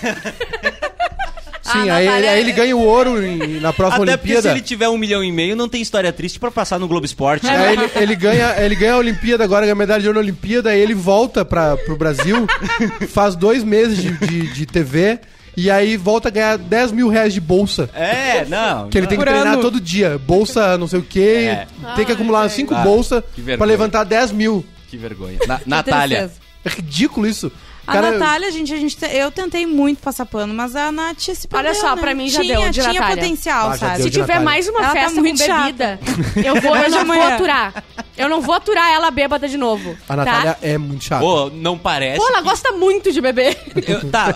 F: Sim,
C: Ah,
F: aí,
C: Natália,
F: aí ele ganha o ouro em- na próxima
D: Até porque se
F: Olimpíada.
D: ele tiver um milhão e meio, não tem história triste pra passar no Globo Esporte. né?
F: Aí ele, ele ganha, ele ganha a Olimpíada agora, ganha a medalha de ouro na Olimpíada, aí ele volta pra, pro Brasil, faz dois meses de, de, de TV, e aí volta a ganhar 10 mil reais de bolsa.
D: É, não.
F: Que ele tem que
C: Por
F: treinar
C: ano.
F: todo dia. Bolsa não sei o quê.
D: É.
F: Tem que acumular cinco
D: Ah,
F: bolsas
D: que vergonha.
F: pra levantar 10 mil.
D: Que vergonha.
C: Que
D: Natália.
C: tristeza.
F: É ridículo isso.
C: A Natália, gente, a gente, te- eu tentei muito passar pano, mas a Nath se perdeu,
E: Olha só,
C: né?
E: pra mim já
C: tinha,
E: deu de
C: Tinha
E: Natália.
C: potencial,
F: Ah, já
C: sabe?
F: deu
E: Se
F: de
E: tiver
F: Natália.
E: mais uma
C: Ela tá
E: festa com
C: muito
E: bebida, eu, vou, eu
C: Hoje
E: não vou
C: amanhã.
E: aturar. Eu não vou aturar ela bêbada de novo.
F: A Natália
E: Tá?
F: é muito chata.
D: Pô, não parece.
E: Pô, ela gosta muito de beber.
D: Eu- tá.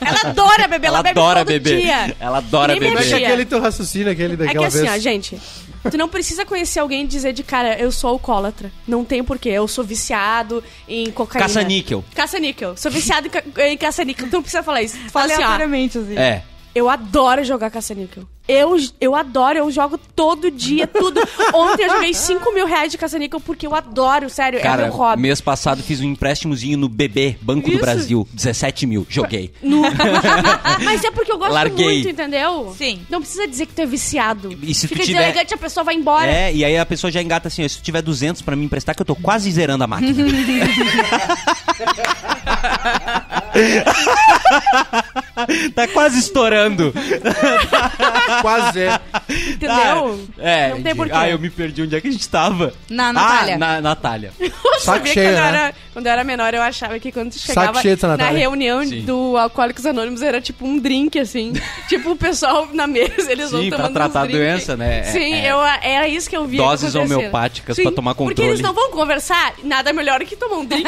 E: Ela adora beber, ela,
D: Ela
E: bebe
D: adora
E: todo
D: beber.
E: dia.
D: Ela adora
E: Nem me
D: beber.
F: Como é que é
E: mexia.
F: aquele teu raciocínio, aquele
E: É que
F: daquela
E: assim, ó,
F: vez?
E: gente, tu não precisa conhecer alguém e dizer de cara, eu sou alcoólatra. Não tem porquê. Eu sou viciado em cocaína.
D: Caça-níquel.
E: Caça-níquel. Sou viciado em, ca- em caça-níquel. Então não precisa falar isso. Fala assim, ó,
C: Aleatoriamente, assim.
D: É.
E: eu adoro jogar caça-níquel. Eu, eu adoro, eu jogo todo dia, tudo. Ontem eu joguei 5 mil reais de caça-níquel porque eu adoro, sério, é
D: Cara,
E: meu hobby.
D: mês passado fiz um empréstimozinho no BB, Banco
E: Isso.
D: do Brasil, 17 mil, joguei.
E: No- Mas é porque eu gosto
D: Larguei.
E: muito, entendeu?
C: Sim.
E: Não precisa dizer que tu é viciado.
D: E se tu
E: Fica
D: tiver-
E: deselegante, a pessoa vai embora.
D: É, e aí a pessoa já engata assim, ó, se tu tiver 200 pra me emprestar que eu tô quase zerando a máquina. tá quase estourando.
F: Quase é.
E: Entendeu?
D: Tá, é,
E: Não tem porquê.
D: Ah, eu me perdi onde é que a gente tava.
C: Na
D: Ah,
C: Natália.
D: na Natália.
E: Eu
F: Saco
E: sabia
F: cheio,
E: quando, eu
F: né?
E: era, quando eu era menor, eu achava que quando chegava
F: cheio dessa
E: na
F: Natália.
E: reunião
D: Sim.
E: do Alcoólicos Anônimos era tipo um drink, assim. tipo, o pessoal na mesa, eles vão
D: Sim, pra
E: tomando
D: tratar
E: uns
D: a
E: drink.
D: doença, né? É,
E: Sim,
D: é.
E: eu, era isso que eu via.
D: Doses
E: que acontecia.
D: homeopáticas pra tomar
E: Porque eles
D: controle.
E: não vão conversar, nada melhor que tomar um drink.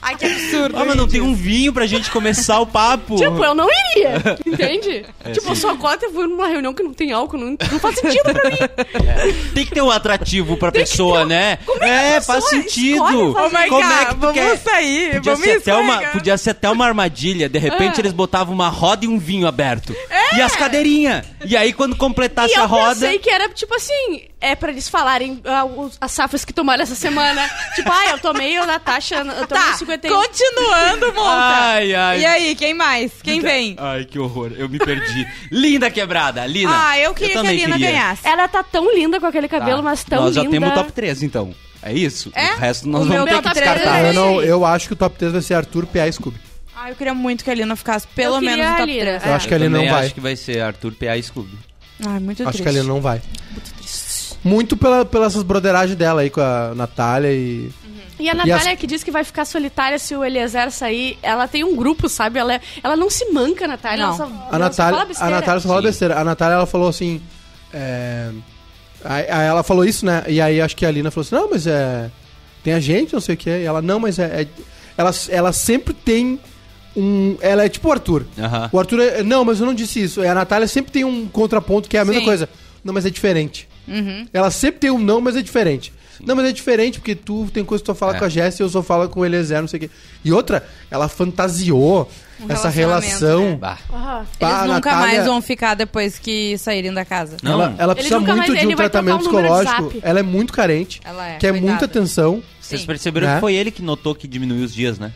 C: Ai, que absurdo.
B: Ah, mas não tem um vinho pra gente começar o papo.
E: Tipo, eu não iria, entende?
D: É,
E: tipo, eu sou a cota e vou numa reunião que não tem álcool, não, não faz sentido pra mim.
B: Tem que ter um atrativo pra
E: Tem que
B: pessoa,
E: ter um-
B: né?
E: Como é que a
B: É,
E: pessoa
B: faz sentido.
E: escolhe fazer
I: Oh my
B: Como
I: God,
B: é que tu
I: vamos
B: quer?
I: sair,
B: Podia
I: vamos
B: ser, até uma,
I: escorregar.
B: podia ser até uma armadilha. De
C: Ah.
B: repente,
E: É.
B: eles botavam uma roda e um vinho aberto.
C: É.
B: E as cadeirinhas. E aí, quando completasse
E: E
B: a
E: eu
B: roda...
E: pensei que era, tipo assim, é pra eles falarem ah, os- as safras que tomaram essa semana. tipo, ah, eu tomei o Natasha, eu tomei
C: Tá,
E: 51.
I: Continuando, monta.
B: Ai, ai.
I: E aí, quem mais? Quem vem?
B: Ai, que horror. Eu me perdi. Linda quebrada.
E: né?
B: Lina.
C: Ah, eu queria que a
B: também
C: Lina
B: queria.
C: ganhasse.
E: Ela tá tão linda com aquele
B: Tá.
E: cabelo, mas tão
B: Nós já
E: linda.
B: temos o top 3, então. É isso?
C: É?
B: O resto nós
C: O meu
B: vamos ter que
E: top três.
B: descartar. né?
F: Tá, eu, não, eu acho que o top 3 vai ser Arthur, PA e Scooby.
C: Ai, Ah, eu queria muito que a Lina ficasse pelo
E: Eu queria
C: menos no
E: a
C: top
E: Lina.
C: 3.
F: Eu
E: É.
F: acho que ele não
D: Também
F: vai.
D: Acho que vai ser Arthur, PA e Scooby.
C: Ai, Ah, é muito
F: Acho
C: triste.
F: que ele não vai. Muito pela, pelas broderagem dela aí com a Natália e.
E: E a Natália que diz que vai ficar solitária se o Eliezer sair, ela tem um grupo, sabe? Ela, é- ela não se manca, a Natália.
C: Não.
E: Ela só,
F: A
E: ela só
F: Natália,
E: fala
F: a
E: besteira.
F: Natália só fala besteira. A Natália ela falou assim. É... Aí, aí ela falou isso, né? E aí acho que a Lina falou assim: não, mas é. Tem a gente, não sei o quê. E ela, não, mas é. é- Ela, ela sempre tem um. Ela é tipo o Arthur.
B: Aham.
F: O Arthur é. Não, mas eu não disse isso. E a Natália sempre tem um contraponto que é a mesma
C: Sim. Uhum.
F: coisa. Não, mas é diferente. Ela sempre tem um não, mas é diferente. Não, mas é diferente, porque tu tem coisa que tu fala
B: É.
F: com a Jéssica e eu só falo com o Eliezer, não sei o quê. E outra, ela fantasiou
C: Um
F: essa
C: relacionamento,
F: relação.
C: né?
B: Bah.
E: Ah,
F: Pá,
C: Eles
F: a
C: nunca
F: Natália-
C: mais vão ficar depois que saírem da casa.
B: Não.
F: Ela, ela precisa
E: nunca
F: muito
E: mais-
F: de
E: ele
F: um
E: vai
F: tratamento
E: tocar o número do
F: psicológico.
E: zap.
F: Ela é muito carente,
C: Ela é,
F: quer muita
C: coitada.
F: atenção.
D: Vocês
C: Sim.
D: perceberam
F: Né?
D: que foi ele que notou que diminuiu os dias, né?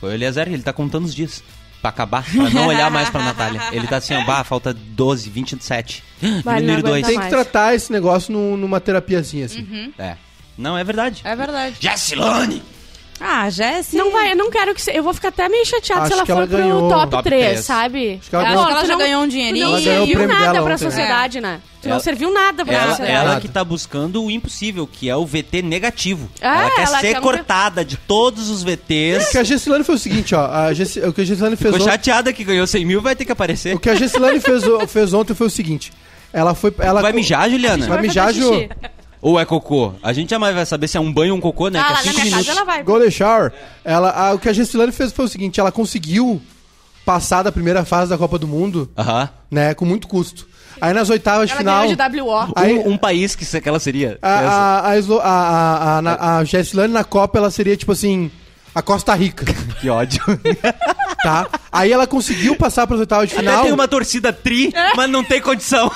D: Foi o Eliezer, ele tá contando os dias. Pra acabar, pra não olhar mais pra Natália. Ele tá assim, ó, bah, falta 12, 27.
E: Vai,
D: Diminuir
E: não
D: dois.
E: aguenta
F: Tem que
E: mais.
F: tratar esse negócio num- numa terapiazinha, assim.
E: Uhum.
D: É. Não, é verdade.
C: É verdade.
D: Jessilane!
C: Ah, Jess.
E: Não vai, eu não quero que. se- Eu vou ficar até meio chateada
F: Acho
E: se ela
F: que
E: for
F: ela ganhou.
E: pro top,
D: Top
E: 3,
D: três.
E: sabe?
F: que ela
E: Ah,
F: ganhou.
E: tu
C: Ela já
E: não-
C: ganhou um
E: Tu
C: dinheirinho.
E: não
F: Ela ganhou o
E: serviu
F: prêmio
E: nada
F: dela
E: pra
F: ontem.
E: sociedade, né? Tu não
D: Ela-
E: serviu nada pra
D: Ela,
E: sociedade.
D: ela
F: errado.
D: que tá buscando o impossível, que é o VT negativo.
E: Ah,
D: ela quer
E: ela
D: ser
E: quer um-
D: cortada de todos os
F: O que é
D: VTs.
F: a Gessilane foi o seguinte, ó. a Gessi- o que a Gessilane fez
D: Ficou
F: ontem.
D: chateada que ganhou 100 mil, vai ter que aparecer.
F: O que a Gessilane fez, o- fez ontem foi o seguinte. Ela foi. Ela
D: Vai mijar, Juliana?
F: Vai
E: Vai
F: mijar,
E: fazer
F: Ju.
E: xixi.
D: Ou é cocô? A gente jamais vai saber se é um banho ou um cocô, né?
E: Ah,
D: que é
E: lá na
D: cinco
E: minha
D: minutos.
E: casa ela vai.
F: Golden Shower. Ela, a- o que a Gessilane fez foi o seguinte: ela conseguiu passar da primeira fase da Copa do Mundo,
D: Aham.
F: né? Com muito custo. Aí nas oitavas de
E: Ela
F: final.
E: ganhou de WO.
F: Aí- Ah,
B: Um, um país que, se- que ela seria.
F: A, a, a, Eslo- a, a, a, na-
D: É.
F: a Gessilane na Copa, ela seria tipo assim. A Costa Rica,
B: Essa. Que ódio.
F: tá? Aí ela conseguiu passar para os oitavas de
B: Até
F: final.
B: tem uma torcida tri, mas não tem condição.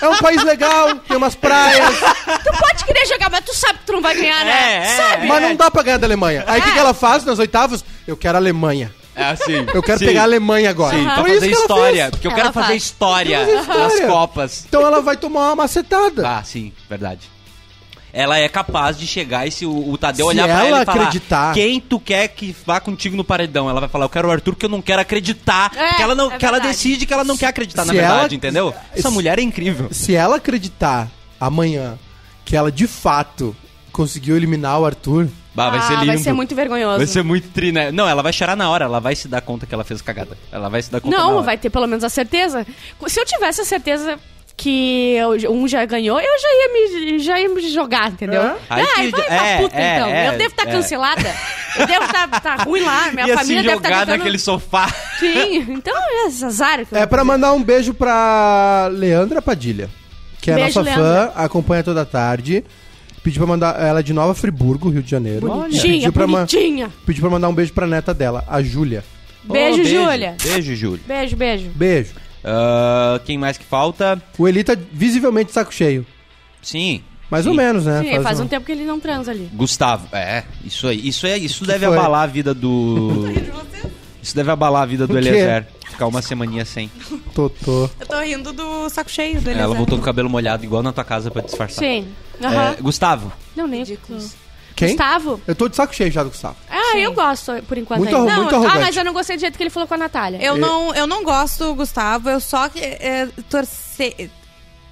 F: É um país legal, tem umas praias,
E: Tu pode querer jogar, mas tu sabe que tu não vai ganhar, né?
B: É, é.
E: sabe?
F: mas não dá pra ganhar da Alemanha. Aí o que, que ela faz nas oitavas? Eu quero a Alemanha.
B: É assim.
F: Eu quero
B: Sim.
F: pegar a Alemanha agora.
B: Sim, pra
F: Foi isso
B: fazer
F: que ela
B: história.
F: fez.
B: Porque eu
E: Ela
B: quero fazer
E: faz.
B: história
F: Quero fazer
B: nas
F: história.
B: Copas.
F: Então ela vai tomar uma macetada.
B: Ah, sim, verdade. Ela é capaz de chegar e se o, o Tadeu
F: Se
B: olhar pra ela
F: ela
B: e falar,
F: acreditar.
B: quem tu quer que vá contigo no paredão? Ela vai falar, eu quero o Arthur porque eu não quero acreditar.
E: É,
B: que ela não,
E: é
B: que ela
E: verdade.
B: decide que ela não quer acreditar na
F: Se
B: verdade,
F: ela-
B: entendeu? Essa
F: se-
B: mulher é incrível.
E: Ah,
F: Se ela acreditar amanhã que ela de fato conseguiu eliminar o Arthur,
B: Bah, vai
E: Ah,
B: ser lindo.
E: vai ser muito vergonhoso.
B: Vai ser muito tri, né? Não, ela vai chorar na hora, ela vai se dar conta que ela fez cagada. Ela vai se dar conta na
E: Não,
B: hora.
E: vai ter pelo menos a certeza. Se eu tivesse a certeza que eu- um já ganhou, eu já ia me, já ia me jogar, entendeu?
F: É.
E: Ah,
B: Aí
E: então
B: que-
E: vai pra
B: é,
E: puta,
B: é,
E: então.
B: é,
E: eu devo estar
B: é.
E: cancelada. Eu devo estar ruim lá. Minha
B: Ia
E: família
B: se
E: deve estar
B: jogar
E: tá tentando-
B: naquele sofá.
E: Sim, então é azar. que eu-
F: É pra mandar um beijo pra Leandra Padilha, que é
E: Beijo,
F: nossa fã, acompanha toda tarde. Pediu pra mandar ela é de Nova Friburgo, Rio de Janeiro.
E: Bonitinha,
F: Pediu pra, ma-
E: bonitinha.
F: pediu pra mandar um beijo pra neta dela, a Júlia.
E: Beijo,
B: Oh,
E: Júlia.
B: Beijo, Júlia.
E: Beijo, beijo.
F: Beijo.
B: Ah, quem mais que falta?
F: O Eli tá visivelmente de saco cheio.
D: Sim.
F: Mais
D: Sim.
F: ou menos, né?
E: Sim, faz um tempo que ele não transa ali.
D: Gustavo. É, isso aí. Isso, é, isso deve
F: foi?
D: abalar a vida do. Isso deve abalar a vida do
F: O quê?
D: Eliezer. Ficar uma semaninha sem.
E: um
F: Totô.
C: Eu tô rindo do saco cheio dele.
D: Ela
C: Zé.
D: voltou com o cabelo molhado, igual na tua casa, pra disfarçar.
E: Sim.
D: É,
E: Aham.
D: Gustavo,
E: Não, nem o
F: Quem?
E: Gustavo.
F: Eu tô de saco cheio já do Gustavo.
E: Ah, eu gosto, por enquanto.
F: Muito
E: ainda.
F: arro-
E: não,
F: muito
E: ah,
F: arrogante.
E: mas eu não gostei do jeito que ele falou com a Natália.
C: Eu não, eu não gosto do Gustavo, eu só que, é, torce-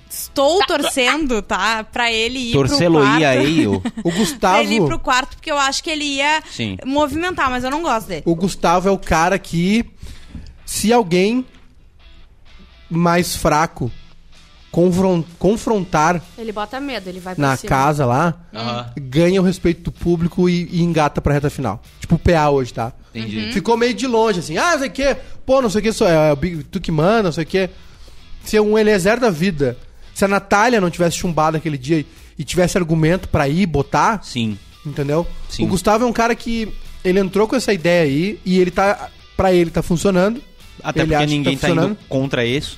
C: Estou torcendo, tá? Pra ele ir pro quarto.
D: torceloia aí, eu.
C: Pra ele
F: O
C: ir
F: Gustavo.
C: pro quarto, porque eu acho que ele ia
D: Sim.
C: movimentar, mas eu não gosto dele.
F: O Gustavo é o cara que, se alguém mais fraco confron- confrontar
E: Ele bota medo, ele vai pra
F: na
E: cima.
F: casa lá,
D: Aham.
F: ganha o respeito do público e, e engata pra reta final. Tipo o PA hoje, tá?
D: Entendi.
F: Ficou meio de longe, assim, ah, não sei o quê, pô, não sei o quê, sou, é, o Big, tu que manda, não sei o quê. Se um Eliezer da vida, se a Natália não tivesse chumbado aquele dia e, e tivesse argumento pra ir botar,
D: Sim.
F: Entendeu?
D: Sim.
F: O Gustavo é um cara que ele entrou com essa ideia aí e ele tá pra ele tá funcionando.
D: Até
F: Ele acha
D: porque
F: que
D: ninguém tá,
F: funcionando.
D: indo contra isso.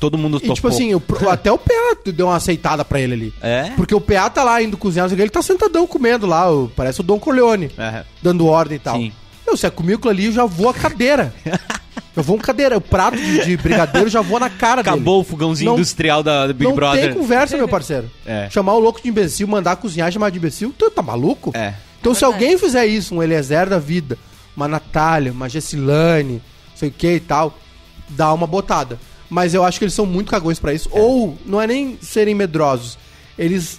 D: Todo mundo
F: E
D: topou.
F: tipo assim, o pro- até o PA deu uma aceitada pra ele ali.
D: É?
F: Porque o PA tá lá indo cozinhar, não sei o quê, ele tá sentadão comendo lá, o- parece o Don Corleone,
D: É.
F: dando ordem e tal.
D: Sim.
F: Eu, se é comigo ali, eu já vou a cadeira. eu vou a cadeira, o prato de, de brigadeiro eu já vou na cara dele.
D: Acabou o fogãozinho
F: Não-
D: industrial da do Big
F: não
D: Brother.
F: tem conversa, meu parceiro.
D: É.
F: Chamar o louco de imbecil, mandar cozinhar, chamar de imbecil, tu tá maluco?
D: É.
F: Então se alguém fizer isso, um Eliezer da vida, uma Natália, uma Gessilane, sei o que e tal, dá uma botada. Mas eu acho que eles são muito cagões pra isso. Ou, não é nem serem medrosos, eles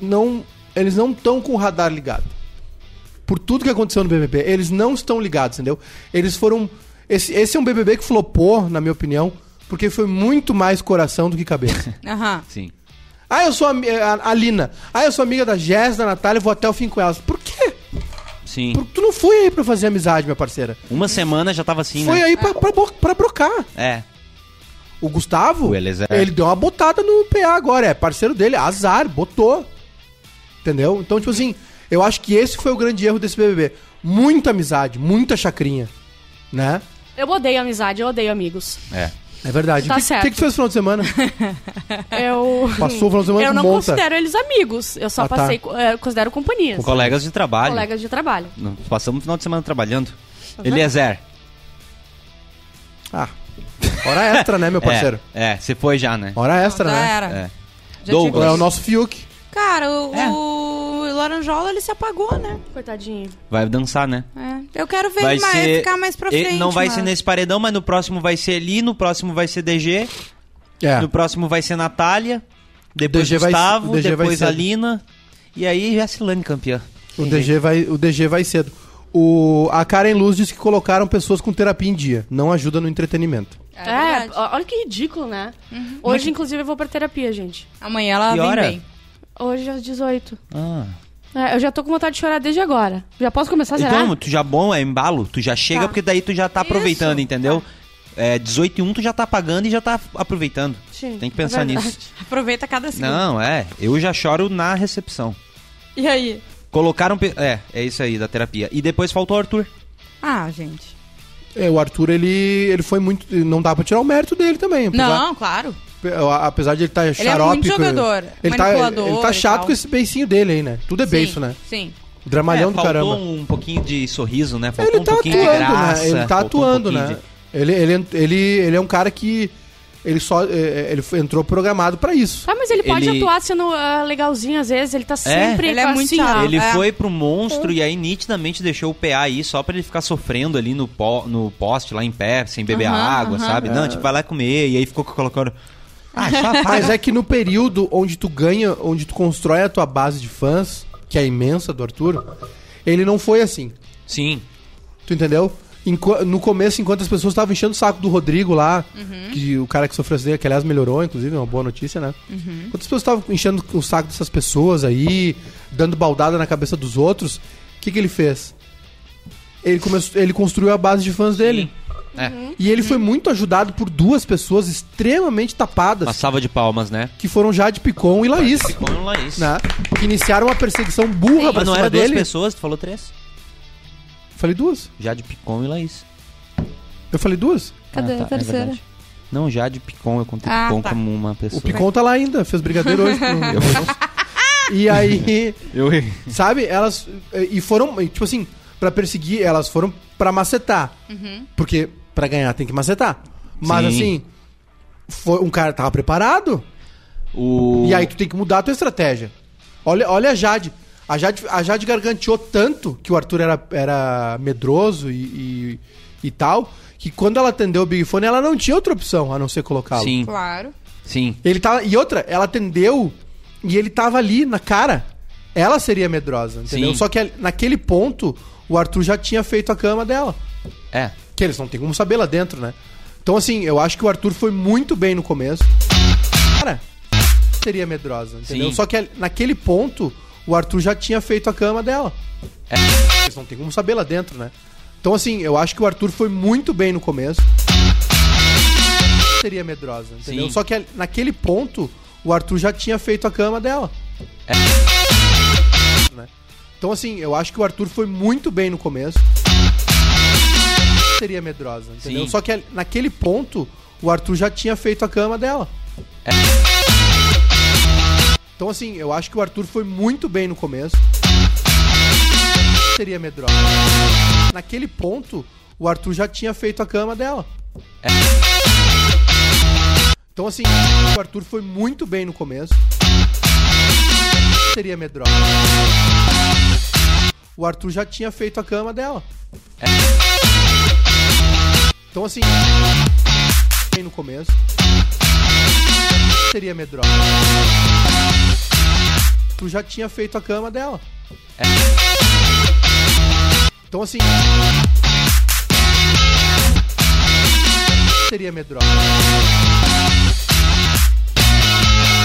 F: não eles não estão com o radar ligado. Por tudo que aconteceu no BBB, eles não estão ligados, entendeu? Eles foram... Esse, esse é um BBB que flopou, na minha opinião, porque foi muito mais coração do que cabeça.
C: Aham.
D: Sim.
F: Ah, eu sou ami- a, a Lina. Ah, eu sou amiga da Jess, da Natália, vou até o fim com elas. Por quê?
D: Sim.
F: Porque tu não foi aí pra fazer amizade, minha parceira.
D: Uma semana já tava assim,
F: foi
D: né?
F: aí pra, pra, bo- pra brocar.
D: É.
F: O Gustavo,
D: O Eliezer.
F: ele deu uma botada no PA agora, é parceiro dele, azar, botou. Entendeu? Então, tipo assim, eu acho que esse foi o grande erro desse BBB. Muita amizade, muita chacrinha, né?
E: Eu odeio amizade, eu odeio amigos.
D: É.
F: É verdade.
E: Tá
F: o que,
E: certo.
F: o que que tu fez no final de semana?
E: Eu.
F: Passou o final de semana
E: Eu
F: com
E: não
F: monta.
E: considero eles amigos. Eu só
F: Ah, tá.
E: passei. co- eh, considero companhias.
D: Colegas de trabalho.
E: Colegas de trabalho.
D: Não, Passamos o final de semana trabalhando. é Eliezer.
F: Ah, hora extra, né, meu parceiro?
D: É, é, você foi já, né?
F: Hora extra,
C: Já
F: né?
C: era.
D: É.
C: Já
D: Douglas.
F: É o nosso Fiuk.
C: Cara, o,
F: É.
C: o Laranjola, ele se apagou, né?
E: Coitadinho.
D: Vai dançar, né?
C: É. Eu quero ver
D: Vai
C: ele mais,
D: ser...
C: ficar mais pra
D: e-
C: frente.
D: Não vai
C: mas-
D: ser nesse paredão, mas no próximo vai ser Eli, no próximo vai ser DG,
F: É.
D: no próximo vai ser Natália, depois
F: DG vai-
D: Gustavo,
F: o DG vai
D: depois
F: ser-
D: a Lina, e aí Jessilane campeã.
F: O DG vai, o DG vai cedo. O, a Karen Luz disse que colocaram pessoas com terapia em dia. Não ajuda no entretenimento.
C: É,
E: É,
C: verdade. Uhum.
E: ó- olha que ridículo, né? Hoje, inclusive, eu vou pra terapia, gente.
C: Amanhã ela
D: Que
C: vem
D: hora?
C: bem. é
E: Hoje às 18.
D: Ah.
E: É, eu já tô com vontade de chorar desde agora. Já posso começar a
D: Então, tu já bom, é embalo, tu já chega
E: Tá.
D: porque daí tu já tá aproveitando, entendeu? É, 18 e 1 tu já tá pagando e já tá aproveitando.
E: Sim,
D: Tem que
E: é
D: pensar
E: verdade.
D: nisso.
C: Aproveita cada segundo.
D: Não, é, eu já choro na recepção.
C: E aí?
D: Colocaram. pe- É, é isso aí da terapia. E depois faltou o Arthur.
C: Ah, gente.
F: É, o Arthur, ele, ele foi muito. Não dá pra tirar o mérito dele também.
C: Não, claro.
F: Apesar, a- apesar de ele estar tá
C: é muito
F: xarope. com-
C: jogador,
F: ele tá,
C: manipulador
F: ele tá
C: e
F: chato
C: tal.
F: com esse beicinho dele aí, né? Tudo é beiço,
C: sim,
F: né?
C: Sim.
F: Dramalhão
D: É,
F: do
D: faltou
F: caramba.
D: um pouquinho de sorriso, né? Faltou
F: Ele
D: um
F: tá
D: pouquinho
F: atuando,
D: de graça.
F: né? Ele tá
D: faltou um
F: atuando,
D: pouquinho
F: né?
D: de-
F: Ele, ele, ele, ele é um cara que. Ele só. é, Ele entrou programado pra isso.
E: Ah, mas ele pode
D: Ele-
E: atuar sendo ah, legalzinho às vezes. Ele tá sempre
C: Ele é
E: assim,
C: muito
E: ó.
C: chato.
D: Ele
C: É.
D: foi pro monstro e aí nitidamente deixou o PA aí só pra ele ficar sofrendo ali no, po- no poste, lá em pé, sem beber
C: Aham,
D: água,
C: aham.
D: sabe?
F: É.
D: Não, tipo, vai lá comer. E aí ficou colocando. Ah, só apaga.
F: Mas é que no período onde tu ganha, onde tu constrói a tua base de fãs, que é imensa do Arthur, ele não foi assim.
D: Sim.
F: Tu entendeu? Enqu- no começo, enquanto as pessoas estavam enchendo o saco do Rodrigo lá, que o cara que sofreu acidente, que aliás melhorou, inclusive, é uma boa notícia, né? Enquanto as pessoas estavam enchendo o saco dessas pessoas aí, dando baldada na cabeça dos outros, o que, que ele fez? Ele, começou, ele construiu a base de fãs dele.
D: É.
F: E ele foi muito ajudado por duas pessoas extremamente tapadas,
D: Uma salva de palmas, né?
F: que foram Jade Picon e Laís
D: Como lá isso.
F: né? Que iniciaram uma perseguição burra pra
D: Mas não
F: cima
D: era duas
F: dele.
D: pessoas, tu falou três.
F: Falei duas.
D: Jade Picon e Laís.
F: Eu falei duas.
E: Cadê
D: tá,
E: a terceira?
D: verdade. não, Jade Picon, eu contei
C: Ah,
D: Picon
C: tá.
D: como uma pessoa.
F: O Picon tá lá ainda, fez brigadeiro hoje. pro- e aí,
D: Eu errei.
F: sabe, elas. E foram, tipo assim, pra perseguir, elas foram pra macetar. Porque pra ganhar tem que macetar. Mas
D: Uhum. Sim.
F: assim, foi, um cara tava preparado.
D: O...
F: E aí tu tem que mudar a tua estratégia. Olha, olha a Jade. A Jade, a Jade garganteou tanto que o Arthur era, era medroso e, e, e tal, que quando ela atendeu o Big Fone, ela não tinha outra opção a não ser colocá-lo.
D: Sim,
C: Claro.
D: sim.
F: Ele tava, e outra, ela atendeu e ele tava ali na cara. Ela seria medrosa, entendeu?
D: Sim.
F: Só que naquele ponto, o Arthur já tinha feito a cama dela.
D: É.
F: Que eles não têm como saber lá dentro, né? Então, assim, eu acho que o Arthur foi muito bem no começo. cara, seria medrosa, entendeu?
D: Sim.
F: Só que naquele ponto, o Arthur já tinha feito a cama dela.
D: É.
F: Eles não tem como saber lá dentro, né? Então, assim, eu acho que o Arthur foi muito bem no começo. Seria medrosa, entendeu?
D: Sim.
F: Só que naquele ponto, o Arthur já tinha feito a cama dela.
D: É.
F: Né? Então, assim, eu acho que o Arthur foi muito bem no começo. Seria medrosa, entendeu?
D: Sim.
F: Só que naquele ponto, o Arthur já tinha feito a cama dela. Então, assim, eu acho que o Arthur foi muito bem no começo. Seria medrosa. Naquele ponto, o Arthur já tinha feito a cama dela. Então, assim, o Arthur foi muito bem no começo. Seria medrosa. O Arthur já tinha feito a cama dela. Então, assim, bem no começo. Seria medrosa. Tu já tinha feito a cama dela. Então assim. Seria medrosa.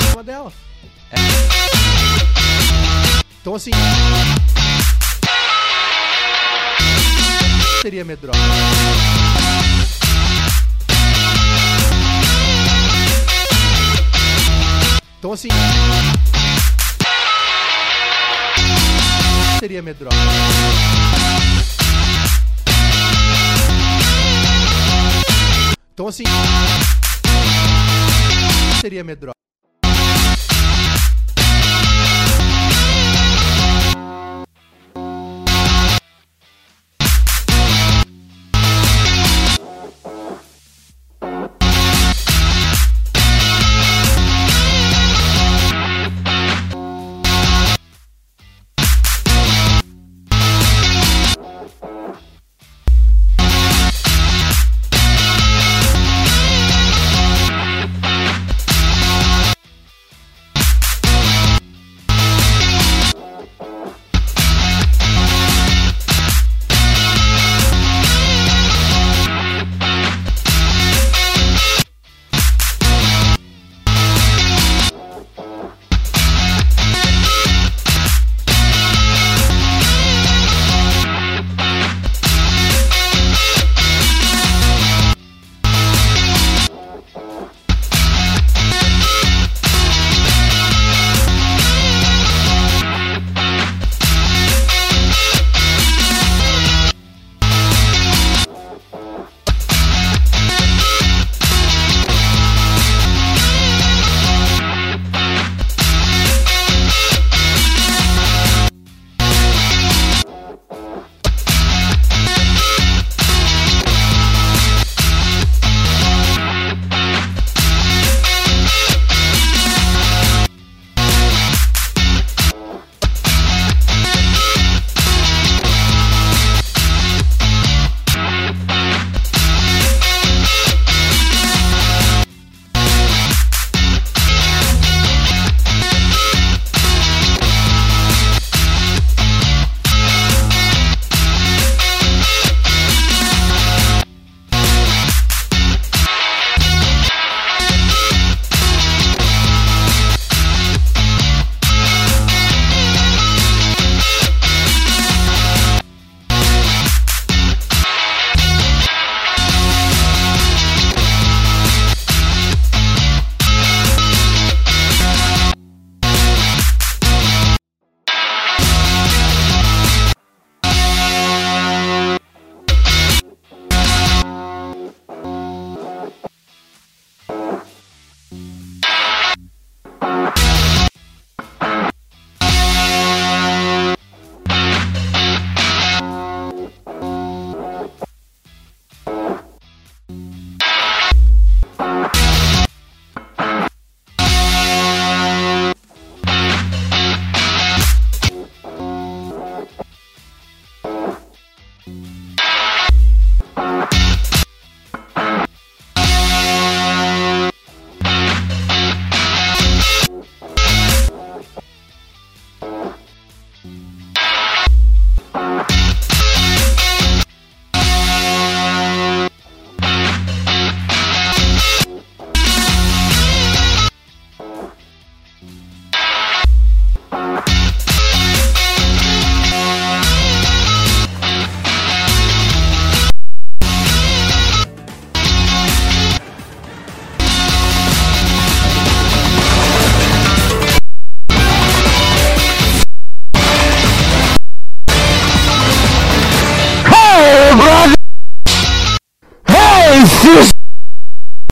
F: Cama dela. Então assim. Seria medrosa. Então assim. Seria medrosa. Então assim. Seria medrosa.